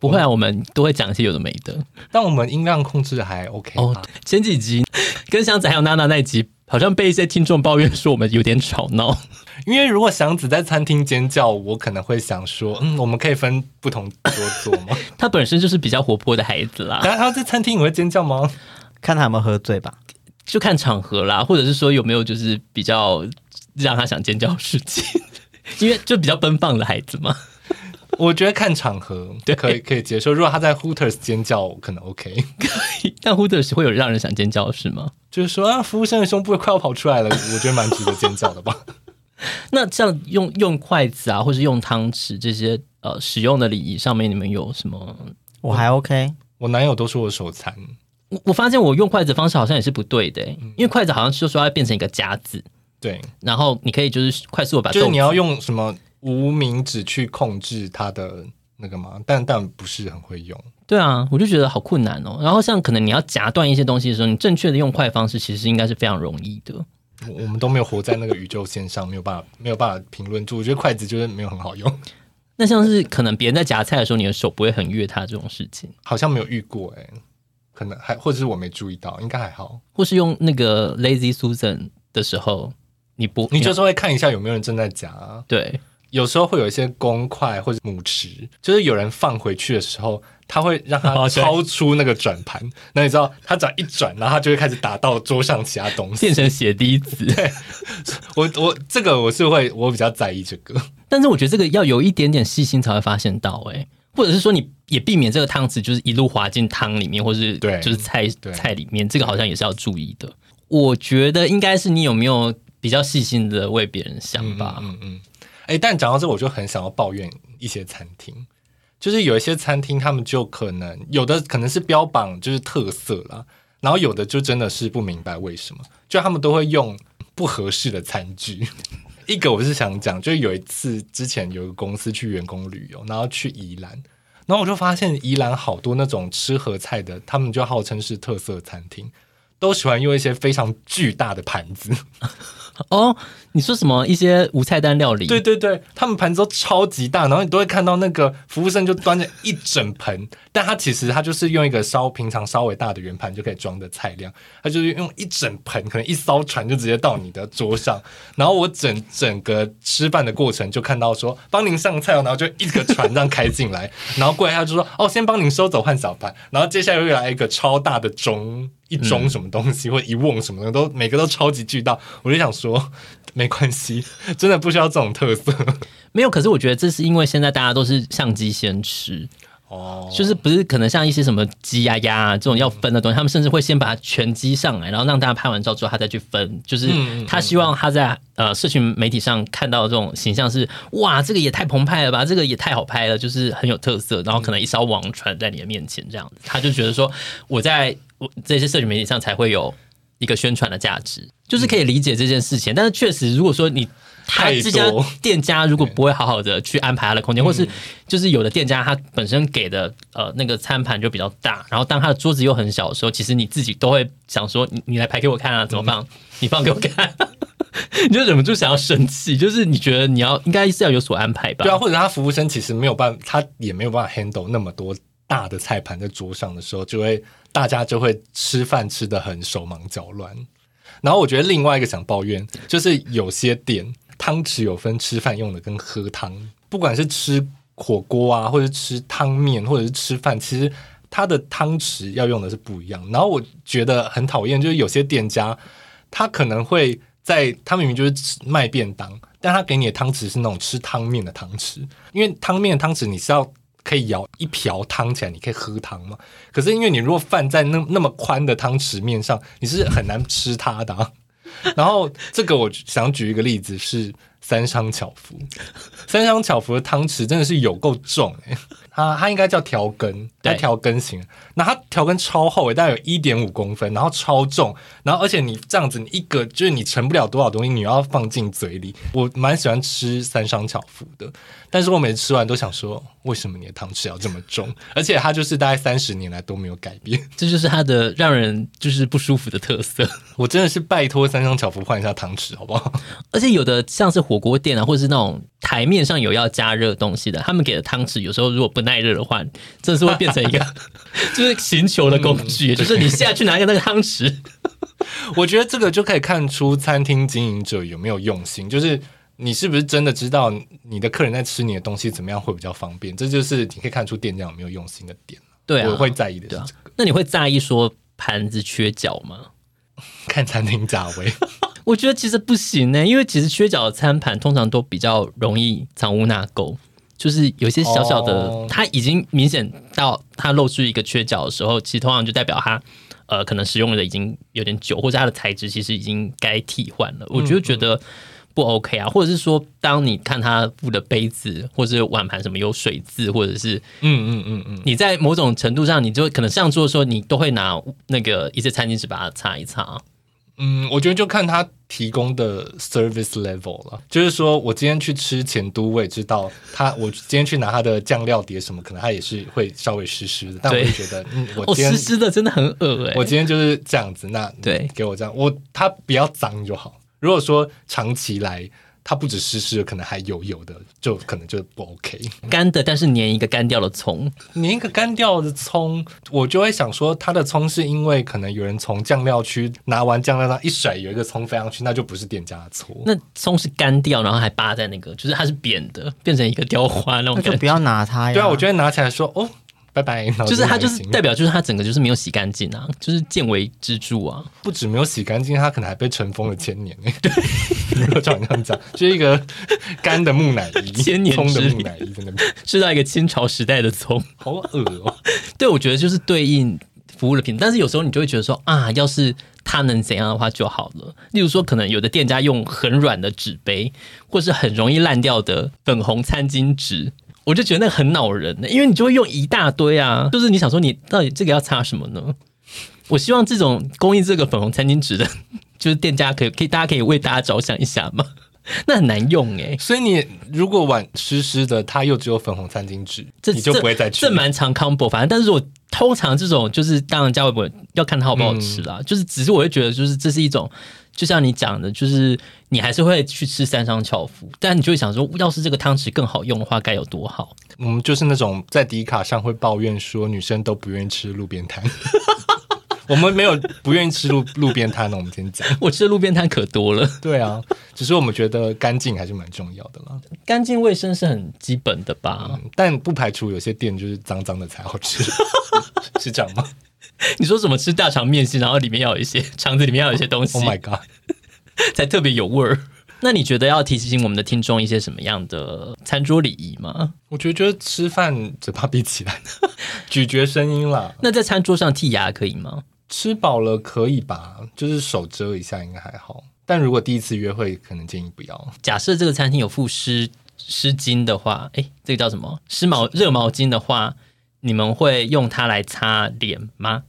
[SPEAKER 1] 不
[SPEAKER 2] 哦
[SPEAKER 1] 会啊，我们都会讲一些有的没的。
[SPEAKER 2] 但我们音量控制还 OK
[SPEAKER 1] 哦
[SPEAKER 2] 吧？，
[SPEAKER 1] 前几集跟祥子还有娜娜那一集，好像被一些听众抱怨说我们有点吵闹。
[SPEAKER 2] 因为如果祥子在餐厅尖叫，我可能会想说，嗯，我们可以分不同桌坐吗？
[SPEAKER 1] 他本身就是比较活泼的孩子啦，
[SPEAKER 2] 然后他在餐厅也会尖叫吗？
[SPEAKER 3] 看他有没有喝醉吧。
[SPEAKER 1] 就看场合啦，或者是说有没有就是比较让他想尖叫的事情，因为就比较奔放的孩子嘛。 *laughs*
[SPEAKER 2] 我觉得看场合，对，可以可以接受。如果他在 Hooters 尖叫，我可能 OK。
[SPEAKER 1] 但 Hooters 会有让人想尖叫的事吗？
[SPEAKER 2] 就是说啊，服务生的胸部快要跑出来了，我觉得蛮值得尖叫的吧。
[SPEAKER 1] 那像用用筷子啊，或是用汤匙这些呃使用的礼仪上面，你们有什么？
[SPEAKER 3] 我还 OK，
[SPEAKER 2] 我男友都说我手残，
[SPEAKER 1] 我我发现我用筷子的方式好像也是不对的、
[SPEAKER 2] 嗯
[SPEAKER 1] 欸，因为筷子好像就说要变成一个夹子，
[SPEAKER 2] 对，
[SPEAKER 1] 然后你可以就是快速的把
[SPEAKER 2] 啊就是
[SPEAKER 1] 啊豆
[SPEAKER 2] 你
[SPEAKER 1] 子
[SPEAKER 2] 要用什么无名指去控制他的那个嘛，但但不是很会用。
[SPEAKER 1] 对啊，我就觉得好困难哦。然后像可能你要夹断一些东西的时候，你正确的用筷方式其实应该是非常容易的。
[SPEAKER 2] 我我们都没有活在那个宇宙线上，没有
[SPEAKER 1] *laughs*
[SPEAKER 2] 办法，没有办法评论住。我觉得筷子就是没有很好用， *laughs*
[SPEAKER 1] 那像是可能别人在夹菜的时候，你的手不会很越它这种事情，
[SPEAKER 2] 好像没有遇过哎、可能还或者是我没注意到，应该还好。
[SPEAKER 1] 或是用那个 Lazy Susan 的时候，你不
[SPEAKER 2] 你就是
[SPEAKER 1] 要
[SPEAKER 2] 会看一下有没有人正在夹啊、
[SPEAKER 1] 对
[SPEAKER 2] 有时候会有一些公筷或者母匙，就是有人放回去的时候，他会让
[SPEAKER 1] *laughs* 哦
[SPEAKER 2] 它
[SPEAKER 1] 对
[SPEAKER 2] 超出那个转盘。那你知道，他只要一转，然后他就会开始打到桌上其他东西。
[SPEAKER 1] 变成血滴子。
[SPEAKER 2] 我我这个我是会，我比较在意这个。
[SPEAKER 1] 但是我觉得这个要有一点点细心才会发现到、欸，或者是说你也避免这个汤匙就是一路滑进汤里面，或是
[SPEAKER 2] 对
[SPEAKER 1] 就是菜
[SPEAKER 2] 对
[SPEAKER 1] 菜里面，这个好像也是要注意的。我觉得应该是你有没有比较细心的为别人想吧。
[SPEAKER 2] 嗯嗯。哎、但讲到这，我就很想要抱怨一些餐厅，就是有一些餐厅，他们就可能有的可能是标榜就是特色啦，然后有的就真的是不明白为什么，就他们都会用不合适的餐具。 *laughs* 一个我是想讲，就是有一次之前有一个公司去员工旅游，然后去宜兰，然后我就发现宜兰好多那种吃合菜的，他们就号称是特色餐厅，都喜欢用一些非常巨大的盘子。
[SPEAKER 1] 哦，你说什么一些无菜单料理？
[SPEAKER 2] 对对对，他们盘子都超级大，然后你都会看到那个服务生就端着一整盆， *laughs* 但他其实他就是用一个稍平常稍微大的圆盘就可以装的菜量，他就是用一整盆，可能一艘船就直接到你的桌上，然后我整整个吃饭的过程就看到说帮您上菜哦，然后就一个船这样开进来， *laughs* 然后过来他就说哦先帮您收走换小盘，然后接下来又来一个超大的盅。一盅什么东西，或一瓮什么的，都每个都超级巨大。我就想说，没关系，真的不需要这种特色。
[SPEAKER 1] 没有。可是我觉得这是因为现在大家都是相机先吃，
[SPEAKER 2] 哦，
[SPEAKER 1] 就是不是可能像一些什么鸡呀、鸭啊这种要分的东西，他们甚至会先把它全鸡上来，然后让大家拍完照之后，他再去分。就是
[SPEAKER 2] 嗯嗯
[SPEAKER 1] 他希望他在呃社群媒体上看到的这种形象是哇，这个也太澎湃了吧，这个也太好拍了，就是很有特色。然后可能一艘网船在你的面前这样子，他就觉得说我在我这些社群媒体上才会有一个宣传的价值，就是可以理解这件事情。但是确实，如果说你他
[SPEAKER 2] 太
[SPEAKER 1] 这家
[SPEAKER 2] 多嗯
[SPEAKER 1] 店家如果不会好好的去安排他的空间，或是就是有的店家他本身给的呃那个餐盘就比较大，然后当他的桌子又很小的时候，其实你自己都会想说，你你来排给我看啊，怎么
[SPEAKER 2] 嗯
[SPEAKER 1] 放？你放给我看，啊 *laughs* 你就忍不住想要生气，就是你觉得你要应该是要有所安排吧？
[SPEAKER 2] 对啊，或者他服务生其实没有办法，他也没有办法 handle 那么多大的菜盘在桌上的时候，就会大家就会吃饭吃的很手忙脚乱。然后我觉得另外一个想抱怨就是有些店汤匙有分吃饭用的跟喝汤，不管是吃火锅啊，或者是吃汤面，或者是吃饭，其实它的汤匙要用的是不一样。然后我觉得很讨厌，就是有些店家他可能会在他明明就是吃卖便当，但他给你的汤匙是那种吃汤面的汤匙，因为汤面的汤匙你是要可以舀一瓢汤起来，你可以喝汤嘛。可是因为你如果饭在那那么宽的汤匙面上，你是很难吃它的啊、然后这个我想举一个例子是三商巧福，三商巧福的汤匙真的是有够重、欸，它它应该叫调羹，
[SPEAKER 1] 对
[SPEAKER 2] 它调羹型。那它调羹超厚诶，欸大概有一点五公分，然后超重，然后而且你这样子，你一个就是你盛不了多少东西，你要放进嘴里。我蛮喜欢吃三商巧福的，但是我每次吃完都想说，为什么你的汤匙要这么重？而且它就是大概三十年来都没有改变。 *laughs*
[SPEAKER 1] 这就是它的让人就是不舒服的特色。
[SPEAKER 2] 我真的是拜托三商巧福换一下汤匙好不好？
[SPEAKER 1] 而且有的像是火锅店啊，或者是那种台面上有要加热东西的，他们给的汤匙有时候如果不耐热的话，真的是会变成一
[SPEAKER 2] *laughs*
[SPEAKER 1] 个就是行球的工具，
[SPEAKER 2] 嗯
[SPEAKER 1] 就是你下去拿一个那个汤匙，
[SPEAKER 2] 我觉得这个就可以看出餐厅经营者有没有用心，就是你是不是真的知道你的客人在吃你的东西怎么样会比较方便，这就是你可以看出店家有没有用心的点。
[SPEAKER 1] 对啊
[SPEAKER 2] 我，会在意的是
[SPEAKER 1] 对啊
[SPEAKER 2] 这个，。
[SPEAKER 1] 那你会在意说盘子缺角吗？
[SPEAKER 2] 看餐厅价位，
[SPEAKER 1] 我觉得其实不行呢、因为其实缺角的餐盘通常都比较容易藏污纳垢，就是有一些小小的，
[SPEAKER 2] 哦
[SPEAKER 1] 它已经明显到它露出一个缺角的时候，其实通常就代表它呃可能使用的已经有点久，或者它的材质其实已经该替换了。
[SPEAKER 2] 嗯
[SPEAKER 1] 我就觉得。不 OK 啊，或者是说，当你看它附的杯子或者是碗盘什么有水渍，或者是
[SPEAKER 2] 嗯嗯嗯嗯，
[SPEAKER 1] 你在某种程度上，你就可能上桌的时候，你都会拿那个一些餐巾纸把它擦一擦啊、
[SPEAKER 2] 嗯，我觉得就看他提供的 service level 了。就是说我今天去吃前都，我也知道他，我今天去拿他的酱料碟什么，可能他也是会稍微湿湿的，但我
[SPEAKER 1] 对
[SPEAKER 2] 就觉得，嗯，我
[SPEAKER 1] 哦，
[SPEAKER 2] 今天、
[SPEAKER 1] 湿湿的真的很恶哎、
[SPEAKER 2] 我今天就是这样子，那
[SPEAKER 1] 对
[SPEAKER 2] 给我这样，我它不要脏就好。如果说长期来，它不止湿湿的，可能还油油的，就可能就不 OK。
[SPEAKER 1] 干的，但是粘一个干掉的葱，
[SPEAKER 2] 你一个干掉的葱，我就会想说，它的葱是因为可能有人从酱料区拿完酱料上一甩，有一个葱飞上去，那就不是店家的错。
[SPEAKER 1] 那葱是干掉，然后还扒在那个，就是它是扁的，变成一个雕花那种
[SPEAKER 3] 那就
[SPEAKER 1] 感
[SPEAKER 3] 不
[SPEAKER 1] 觉。
[SPEAKER 3] 要拿它呀。
[SPEAKER 2] 对啊，我就会拿起来说，哦，拜拜。然后
[SPEAKER 1] 就是它
[SPEAKER 2] 拿
[SPEAKER 1] 就是
[SPEAKER 3] 啊
[SPEAKER 2] 行
[SPEAKER 1] 代表就是它整个就是没有洗干净啊，就是见微知著啊。
[SPEAKER 2] 不止没有洗干净，它可能还被尘封 *laughs* 了千年。对，如果照你这样讲，就是一个干的木乃伊，
[SPEAKER 1] 千年
[SPEAKER 2] 葱的
[SPEAKER 1] 之
[SPEAKER 2] 木乃伊在那边。
[SPEAKER 1] 吃到一个清朝时代的葱，
[SPEAKER 2] 好恶哦！
[SPEAKER 1] 对我觉得就是对应服务的品质，但是有时候你就会觉得说啊，要是它能怎样的话就好了。例如说，可能有的店家用很软的纸杯，或是很容易烂掉的粉红餐巾纸。我就觉得那很恼人呢，因为你就会用一大堆啊，就是你想说你到底这个要擦什么呢？我希望这种供应这个粉红餐巾纸的， *laughs* 就是店家可以可以大家可以为大家着想一下嘛，那很难用欸诶。
[SPEAKER 2] 所以你如果碗湿湿的，它又只有粉红餐巾纸，
[SPEAKER 1] 这
[SPEAKER 2] 你就不会再去
[SPEAKER 1] 这。这蛮常 combo，反正但是我通常这种就是当然价位不会要看它好不好吃
[SPEAKER 2] 嗯
[SPEAKER 1] 啦，就是只是我会觉得就是这是一种，就像你讲的，就是你还是会去吃三商巧福，但你就会想说，要是这个汤匙更好用的话，该有多好。 *laughs*
[SPEAKER 2] 我们就是那种在迪卡上会抱怨说女生都不愿意吃路边摊。 *laughs* 我们没有不愿意吃路路边摊的，我们先讲。
[SPEAKER 1] 我吃的路边摊可多了，
[SPEAKER 2] 对啊，只是我们觉得干净还是蛮重要的啦。
[SPEAKER 1] 干净卫生是很基本的吧？
[SPEAKER 2] 嗯但不排除有些店就是脏脏的才好
[SPEAKER 1] *laughs*
[SPEAKER 2] 吃，是这样吗
[SPEAKER 1] 你说什么吃大肠面线，然后里面要有一些肠子里面要有一些东西
[SPEAKER 2] ？Oh my god！
[SPEAKER 1] *laughs* 才特别有味儿。那你觉得要提醒我们的听众一些什么样的餐桌礼仪吗？
[SPEAKER 2] 我觉得就是吃饭嘴巴闭起来，咀嚼声音啦。
[SPEAKER 1] 那在餐桌上剔牙可以吗？
[SPEAKER 2] 吃饱了可以吧，就是手遮一下应该还好。但如果第一次约会，可能建议不要。
[SPEAKER 1] 假设这个餐厅有附湿湿巾的话，诶，这个叫什么？湿毛热毛巾的话，你们会用它来擦脸吗？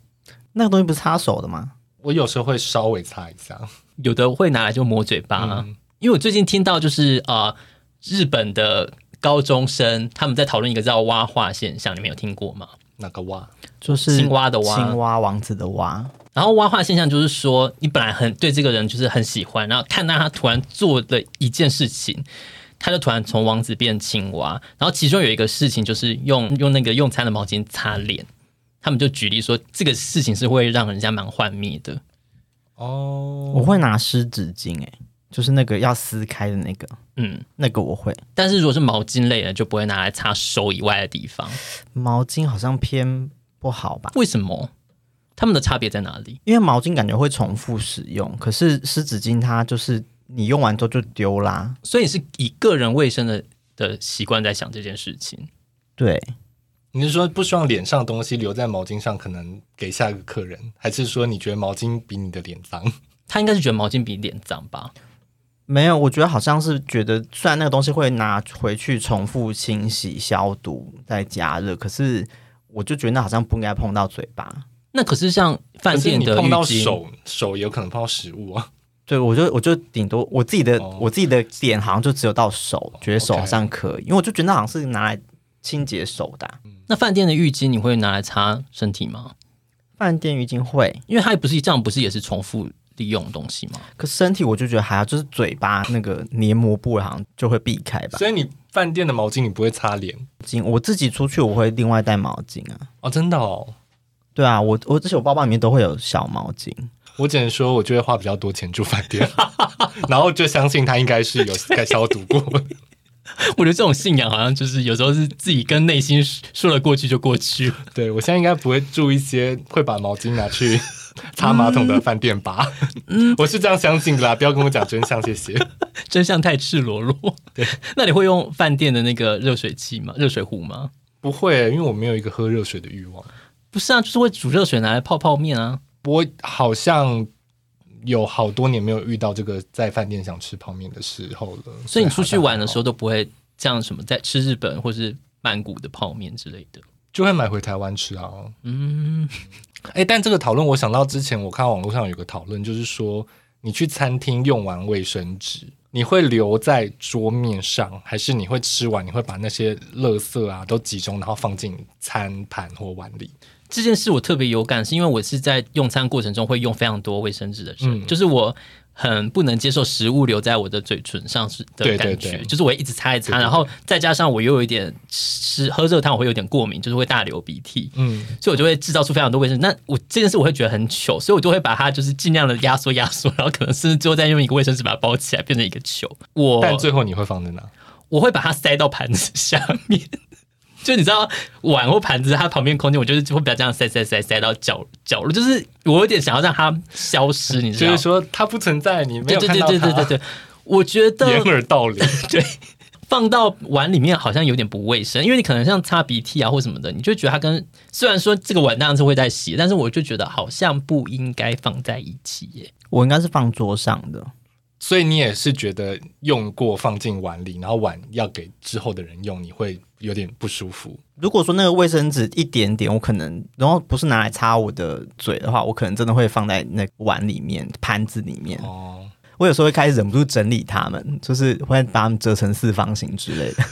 [SPEAKER 3] 那个东西不是擦手的吗？
[SPEAKER 2] 我有时候会稍微擦一下，
[SPEAKER 1] 有的会拿来就抹嘴巴，因为我最近听到就是呃，日本的高中生他们在讨论一个叫蛙化现象，你们有听过吗？
[SPEAKER 2] 那个哇，
[SPEAKER 3] 就是
[SPEAKER 1] 青蛙的蛙
[SPEAKER 3] 青蛙王子的蛙，
[SPEAKER 1] 然后蛙化现象就是说，你本来很对这个人就是很喜欢，然后看到他突然做了一件事情，他就突然从王子变青蛙。然后其中有一个事情就是用用那个用餐的毛巾擦脸，他们就举例说这个事情是会让人家蛮幻灭的。
[SPEAKER 2] 哦，
[SPEAKER 3] 我会拿湿纸巾、欸，就是那个要撕开的那个，
[SPEAKER 1] 嗯，
[SPEAKER 3] 那个我会。
[SPEAKER 1] 但是如果是毛巾类的，就不会拿来擦手以外的地方。
[SPEAKER 3] 毛巾好像偏不好吧，
[SPEAKER 1] 为什么？他们的差别在哪里？
[SPEAKER 3] 因为毛巾感觉会重复使用，可是湿纸巾它就是你用完之后就丢啦。
[SPEAKER 1] 所以你是以个人卫生的的习惯在想这件事情。
[SPEAKER 3] 对，
[SPEAKER 2] 你是说不希望脸上的东西留在毛巾上，可能给下一个客人，还是说你觉得毛巾比你的脸脏？
[SPEAKER 1] 他应该是觉得毛巾比脸脏吧？
[SPEAKER 3] 没有，我觉得好像是觉得，虽然那个东西会拿回去重复清洗、消毒、再加热，可是我就觉得那好像不应该碰到嘴巴。
[SPEAKER 1] 那可是像 *laughs* 饭
[SPEAKER 2] 可是
[SPEAKER 1] 店
[SPEAKER 2] 你
[SPEAKER 1] 的浴
[SPEAKER 2] 碰到
[SPEAKER 1] 巾，
[SPEAKER 2] 手，手也有可能碰到食物啊。
[SPEAKER 3] 对，我就我就顶多我自己的、
[SPEAKER 2] 哦
[SPEAKER 3] 我自己的点好像就只有到手，觉得手
[SPEAKER 2] OK
[SPEAKER 3] 好像可以因为我就觉得那好像是拿来清洁手的啊、
[SPEAKER 1] 那饭店的浴巾你会拿来擦身体吗？
[SPEAKER 3] 饭店浴巾会，
[SPEAKER 1] 因为它也不是这样，不是也是重复利用的东西吗？
[SPEAKER 3] 可身体我就觉得还好，就是嘴巴那个黏膜部位好像就会避开吧。
[SPEAKER 2] 所以你饭店的毛巾你不会擦脸
[SPEAKER 3] 巾我自己出去我会另外带毛巾啊。
[SPEAKER 2] 哦，真的哦。
[SPEAKER 3] 对啊，我我而且我包包里面都会有小毛巾。
[SPEAKER 2] 我只能说，我就会花比较多钱住饭店， *laughs* 然后就相信它应该是有该消毒过。
[SPEAKER 1] *laughs* 我觉得这种信仰好像就是有时候是自己跟内心说了 *laughs* 过去就过去。
[SPEAKER 2] 对我现在应该不会住一些会把毛巾拿去 *laughs* 擦马桶的饭店吧？
[SPEAKER 1] 嗯
[SPEAKER 2] 我是这样相信的啦，不要跟我讲真相，谢谢。
[SPEAKER 1] 真相太赤裸裸。 *laughs* 对，那你会用饭店的那个热水器吗？热水壶吗？
[SPEAKER 2] 不会、因为我没有一个喝热水的欲望。
[SPEAKER 1] 不是啊，就是会煮热水拿来泡泡面啊。
[SPEAKER 2] 我好像有好多年没有遇到这个在饭店想吃泡面的时候了。
[SPEAKER 1] 所以你出去玩的时
[SPEAKER 2] 候
[SPEAKER 1] 候都不会这样什么在吃日本或是曼谷的泡面之类的。
[SPEAKER 2] 就会买回台湾吃啊。
[SPEAKER 1] 嗯，
[SPEAKER 2] 哎，但这个讨论我想到之前我看网络上有个讨论，就是说你去餐厅用完卫生纸，你会留在桌面上，还是你会吃完你会把那些垃圾啊都集中，然后放进餐盘或碗里？
[SPEAKER 1] 这件事我特别有感，是因为我是在用餐过程中会用非常多卫生纸的人，
[SPEAKER 2] 嗯
[SPEAKER 1] 就是我。很不能接受食物留在我的嘴唇上是的
[SPEAKER 2] 对对
[SPEAKER 1] 感觉，
[SPEAKER 2] 对
[SPEAKER 1] 就是我会一直擦一
[SPEAKER 2] 对
[SPEAKER 1] 擦，
[SPEAKER 2] 对对
[SPEAKER 1] 然后再加上我又有一点吃喝热汤，我会有点过敏，就是会大流鼻涕。
[SPEAKER 2] 嗯，
[SPEAKER 1] 所以我就会制造出非常多卫生纸。那我这件事我会觉得很糗，所以我就会把它就是尽量的压缩压缩，然后可能甚至最后再用一个卫生纸把它包起来，变成一个球。我
[SPEAKER 2] 但最后你会放在哪？
[SPEAKER 1] 我会把它塞到盘子下面，就你知道碗或盘子它旁边空间，我就是会把它这样塞塞塞塞到角角落，就是我有点想要让它消失，你知
[SPEAKER 2] 就
[SPEAKER 1] 道
[SPEAKER 2] 是
[SPEAKER 1] 吗？
[SPEAKER 2] 说它不存在，你没
[SPEAKER 1] 对
[SPEAKER 2] 有
[SPEAKER 1] 对
[SPEAKER 2] 看
[SPEAKER 1] 对
[SPEAKER 2] 到
[SPEAKER 1] 对对对
[SPEAKER 2] 它，
[SPEAKER 1] 对，我觉得
[SPEAKER 2] 掩耳盗铃。
[SPEAKER 1] 放到碗里面好像有点不卫生，因为你可能像擦鼻涕啊或什么的，你就觉得它跟虽然说这个碗当然是会在洗，但是我就觉得好像不应该放在一起耶。
[SPEAKER 3] 我应该是放桌上的，
[SPEAKER 2] 所以你也是觉得用过放进碗里，然后碗要给之后的人用，你会有点不舒服。
[SPEAKER 3] 如果说那个卫生纸一点点，我可能然后不是拿来擦我的嘴的话，我可能真的会放在那个碗里面、盘子里面。
[SPEAKER 2] 哦，
[SPEAKER 3] 我有时候会开始忍不住整理它们，就是会把它们折成四方形之类的。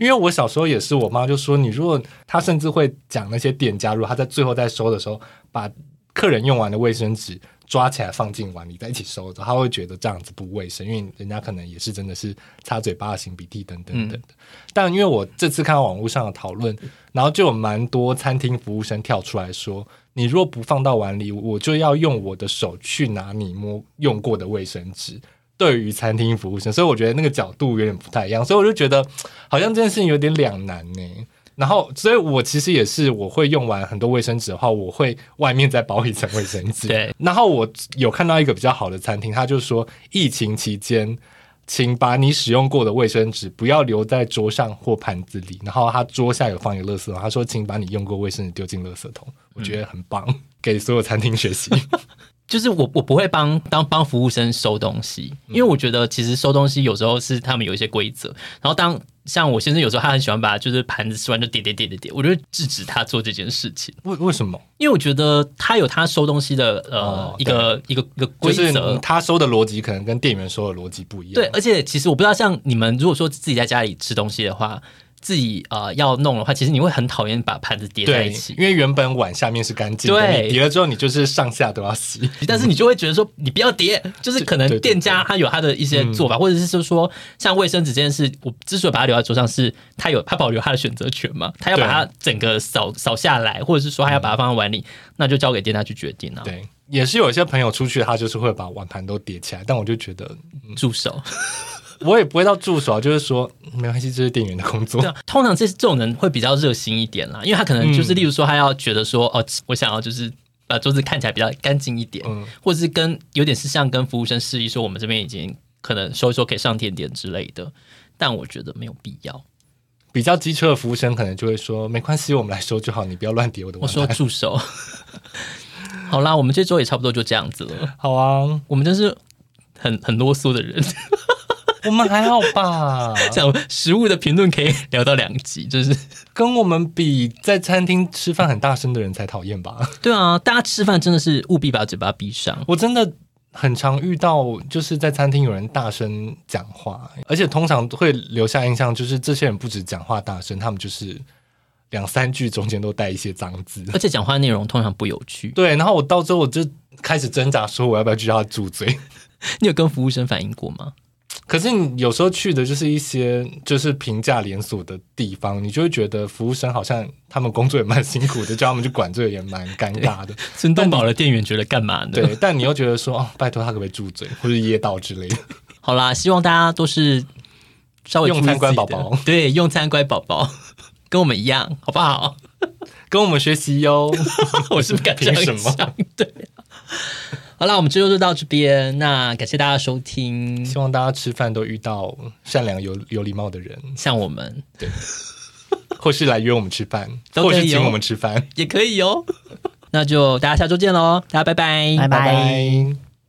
[SPEAKER 2] 因为我小时候也是，我妈就说，你如果她甚至会讲那些店家，如果她在最后在收的时候，把客人用完的卫生纸抓起来放进碗里，再一起收的时候，她会觉得这样子不卫生，因为人家可能也是真的是擦嘴巴、擤鼻涕等等等等的。但因为我这次看到网络上的讨论，然后就有蛮多餐厅服务生跳出来说，你若不放到碗里，我就要用我的手去拿你摸用过的卫生纸。对于餐厅服务生，所以我觉得那个角度有点不太一样，所以我就觉得好像这件事情有点两难呢、然后，所以我其实也是，我会用完很多卫生纸的话，我会外面再包一层卫生纸。
[SPEAKER 1] 对。
[SPEAKER 2] 然后我有看到一个比较好的餐厅，他就说，疫情期间，请把你使用过的卫生纸不要留在桌上或盘子里。然后他桌下有放一个垃圾桶，他说，请把你用过卫生纸丢进垃圾
[SPEAKER 1] 嗯
[SPEAKER 2] 桶。我觉得很棒，给所有餐厅学习。
[SPEAKER 1] 就是我我不会帮当帮服务生收东西，因
[SPEAKER 2] 嗯
[SPEAKER 1] 为我觉得其实收东西有时候是他们有一些规则，然后当像我先生有时候他很喜欢把就是盘子吃完就叠叠叠叠叠，我就会制止他做这件事情，
[SPEAKER 2] 为为什么？
[SPEAKER 1] *laughs* 因为我觉得他有他收东西的呃、
[SPEAKER 2] 哦
[SPEAKER 1] 一个一个一个
[SPEAKER 2] 就
[SPEAKER 1] 规则，
[SPEAKER 2] 是他收的逻辑可能跟店员收的逻辑不一样。
[SPEAKER 1] 对，而且其实我不知道，像你们如果说自己在家里吃东西的话，自己呃要弄的话，其实你会很讨厌把盘子叠在
[SPEAKER 2] 对
[SPEAKER 1] 一，起。
[SPEAKER 2] 因为原本碗下面是干净的，
[SPEAKER 1] 对
[SPEAKER 2] 你叠了之后，你就是上下都要洗。
[SPEAKER 1] 但是你就会觉得说，你不要叠，就是可能
[SPEAKER 2] 对对对嗯
[SPEAKER 1] 店家他有他的一些做法，或者是就是说，像卫生纸这件事，我之所以把它留在桌上，是他有他保留他的选择权嘛，他要把
[SPEAKER 2] 对嗯
[SPEAKER 1] 它整个扫扫下来，或者是说他要把它放在碗里，那就交给店家去决定啊，
[SPEAKER 2] 对，也是有一些朋友出去，他就是会把碗盘都叠起来，但我就觉得
[SPEAKER 1] 助手。
[SPEAKER 2] 我也不会到住手啊，就是说没关系，这是店员的工作 *laughs*
[SPEAKER 1] 对。啊，通常这这种人会比较热心一点啦，因为他可能就是，
[SPEAKER 2] 嗯
[SPEAKER 1] 例如说，他要觉得说，哦，我想要就是把桌子看起来比较干净一点，
[SPEAKER 2] 嗯
[SPEAKER 1] 或者是跟有点是像跟服务生示意说，我们这边已经可能收一收可以上甜点之类的，但我觉得没有必要。
[SPEAKER 2] 比较机车的服务生可能就会说没关系，我们来收就好，你不要乱叠我的
[SPEAKER 1] 我
[SPEAKER 2] 碗
[SPEAKER 1] 说
[SPEAKER 2] 盘。
[SPEAKER 1] 助手， *laughs* 好啦，我们这周也差不多就这样子了，
[SPEAKER 2] 好啊，
[SPEAKER 1] 我们真是很很啰嗦的人。
[SPEAKER 2] 我们还好吧？
[SPEAKER 1] *laughs* 讲食物的评论可以聊到两集，就是
[SPEAKER 2] *laughs* 跟我们比，在餐厅吃饭很大声的人才讨厌吧？
[SPEAKER 1] 对啊，大家吃饭真的是务必把嘴巴闭 *laughs* 上。
[SPEAKER 2] 我真的很常遇到，就是在餐厅有人大声讲话，而且通常会留下印象，就是这些人不止讲话大声，他们就是两三句中间都带一些脏字。
[SPEAKER 1] 而且讲话内容通常不有趣。
[SPEAKER 2] 对，然后我到最后我就开始挣扎，说我要不要去叫他住嘴？
[SPEAKER 1] 你有跟服务生反映过吗？
[SPEAKER 2] 可是你有时候去的就是一些就是平价连锁的地方，你就会觉得服务生好像他们工作也蛮辛苦的，叫他们去管这个也蛮尴尬的。
[SPEAKER 1] 孙东宝的店员觉得干嘛呢？
[SPEAKER 2] 对，但你又觉得说哦，拜托他可不可以住嘴，或是噎到之类的。
[SPEAKER 1] 好啦，希望大家都是稍微
[SPEAKER 2] 用
[SPEAKER 1] 注意
[SPEAKER 2] 餐乖
[SPEAKER 1] 自己
[SPEAKER 2] 宝
[SPEAKER 1] 的
[SPEAKER 2] 宝，
[SPEAKER 1] 对，用餐乖宝宝， *laughs* 跟我们一样，好不好？
[SPEAKER 2] 跟我们学习哟。
[SPEAKER 1] *laughs* 我是不敢这
[SPEAKER 2] 凭
[SPEAKER 1] 样
[SPEAKER 2] 什么
[SPEAKER 1] 想？ *laughs* 对啊、好啦，我们这周就到这边，那感谢大家的收听，
[SPEAKER 2] *laughs* 希望大家吃饭都遇到善良有有礼貌的人，
[SPEAKER 1] 像我们
[SPEAKER 2] 或是来约我们吃饭，
[SPEAKER 1] 都
[SPEAKER 2] 或
[SPEAKER 1] 可以哦
[SPEAKER 2] 是请我们吃饭。
[SPEAKER 1] 也可以哦。那就大家下周见喽，大家拜拜，
[SPEAKER 3] 拜
[SPEAKER 2] 拜拜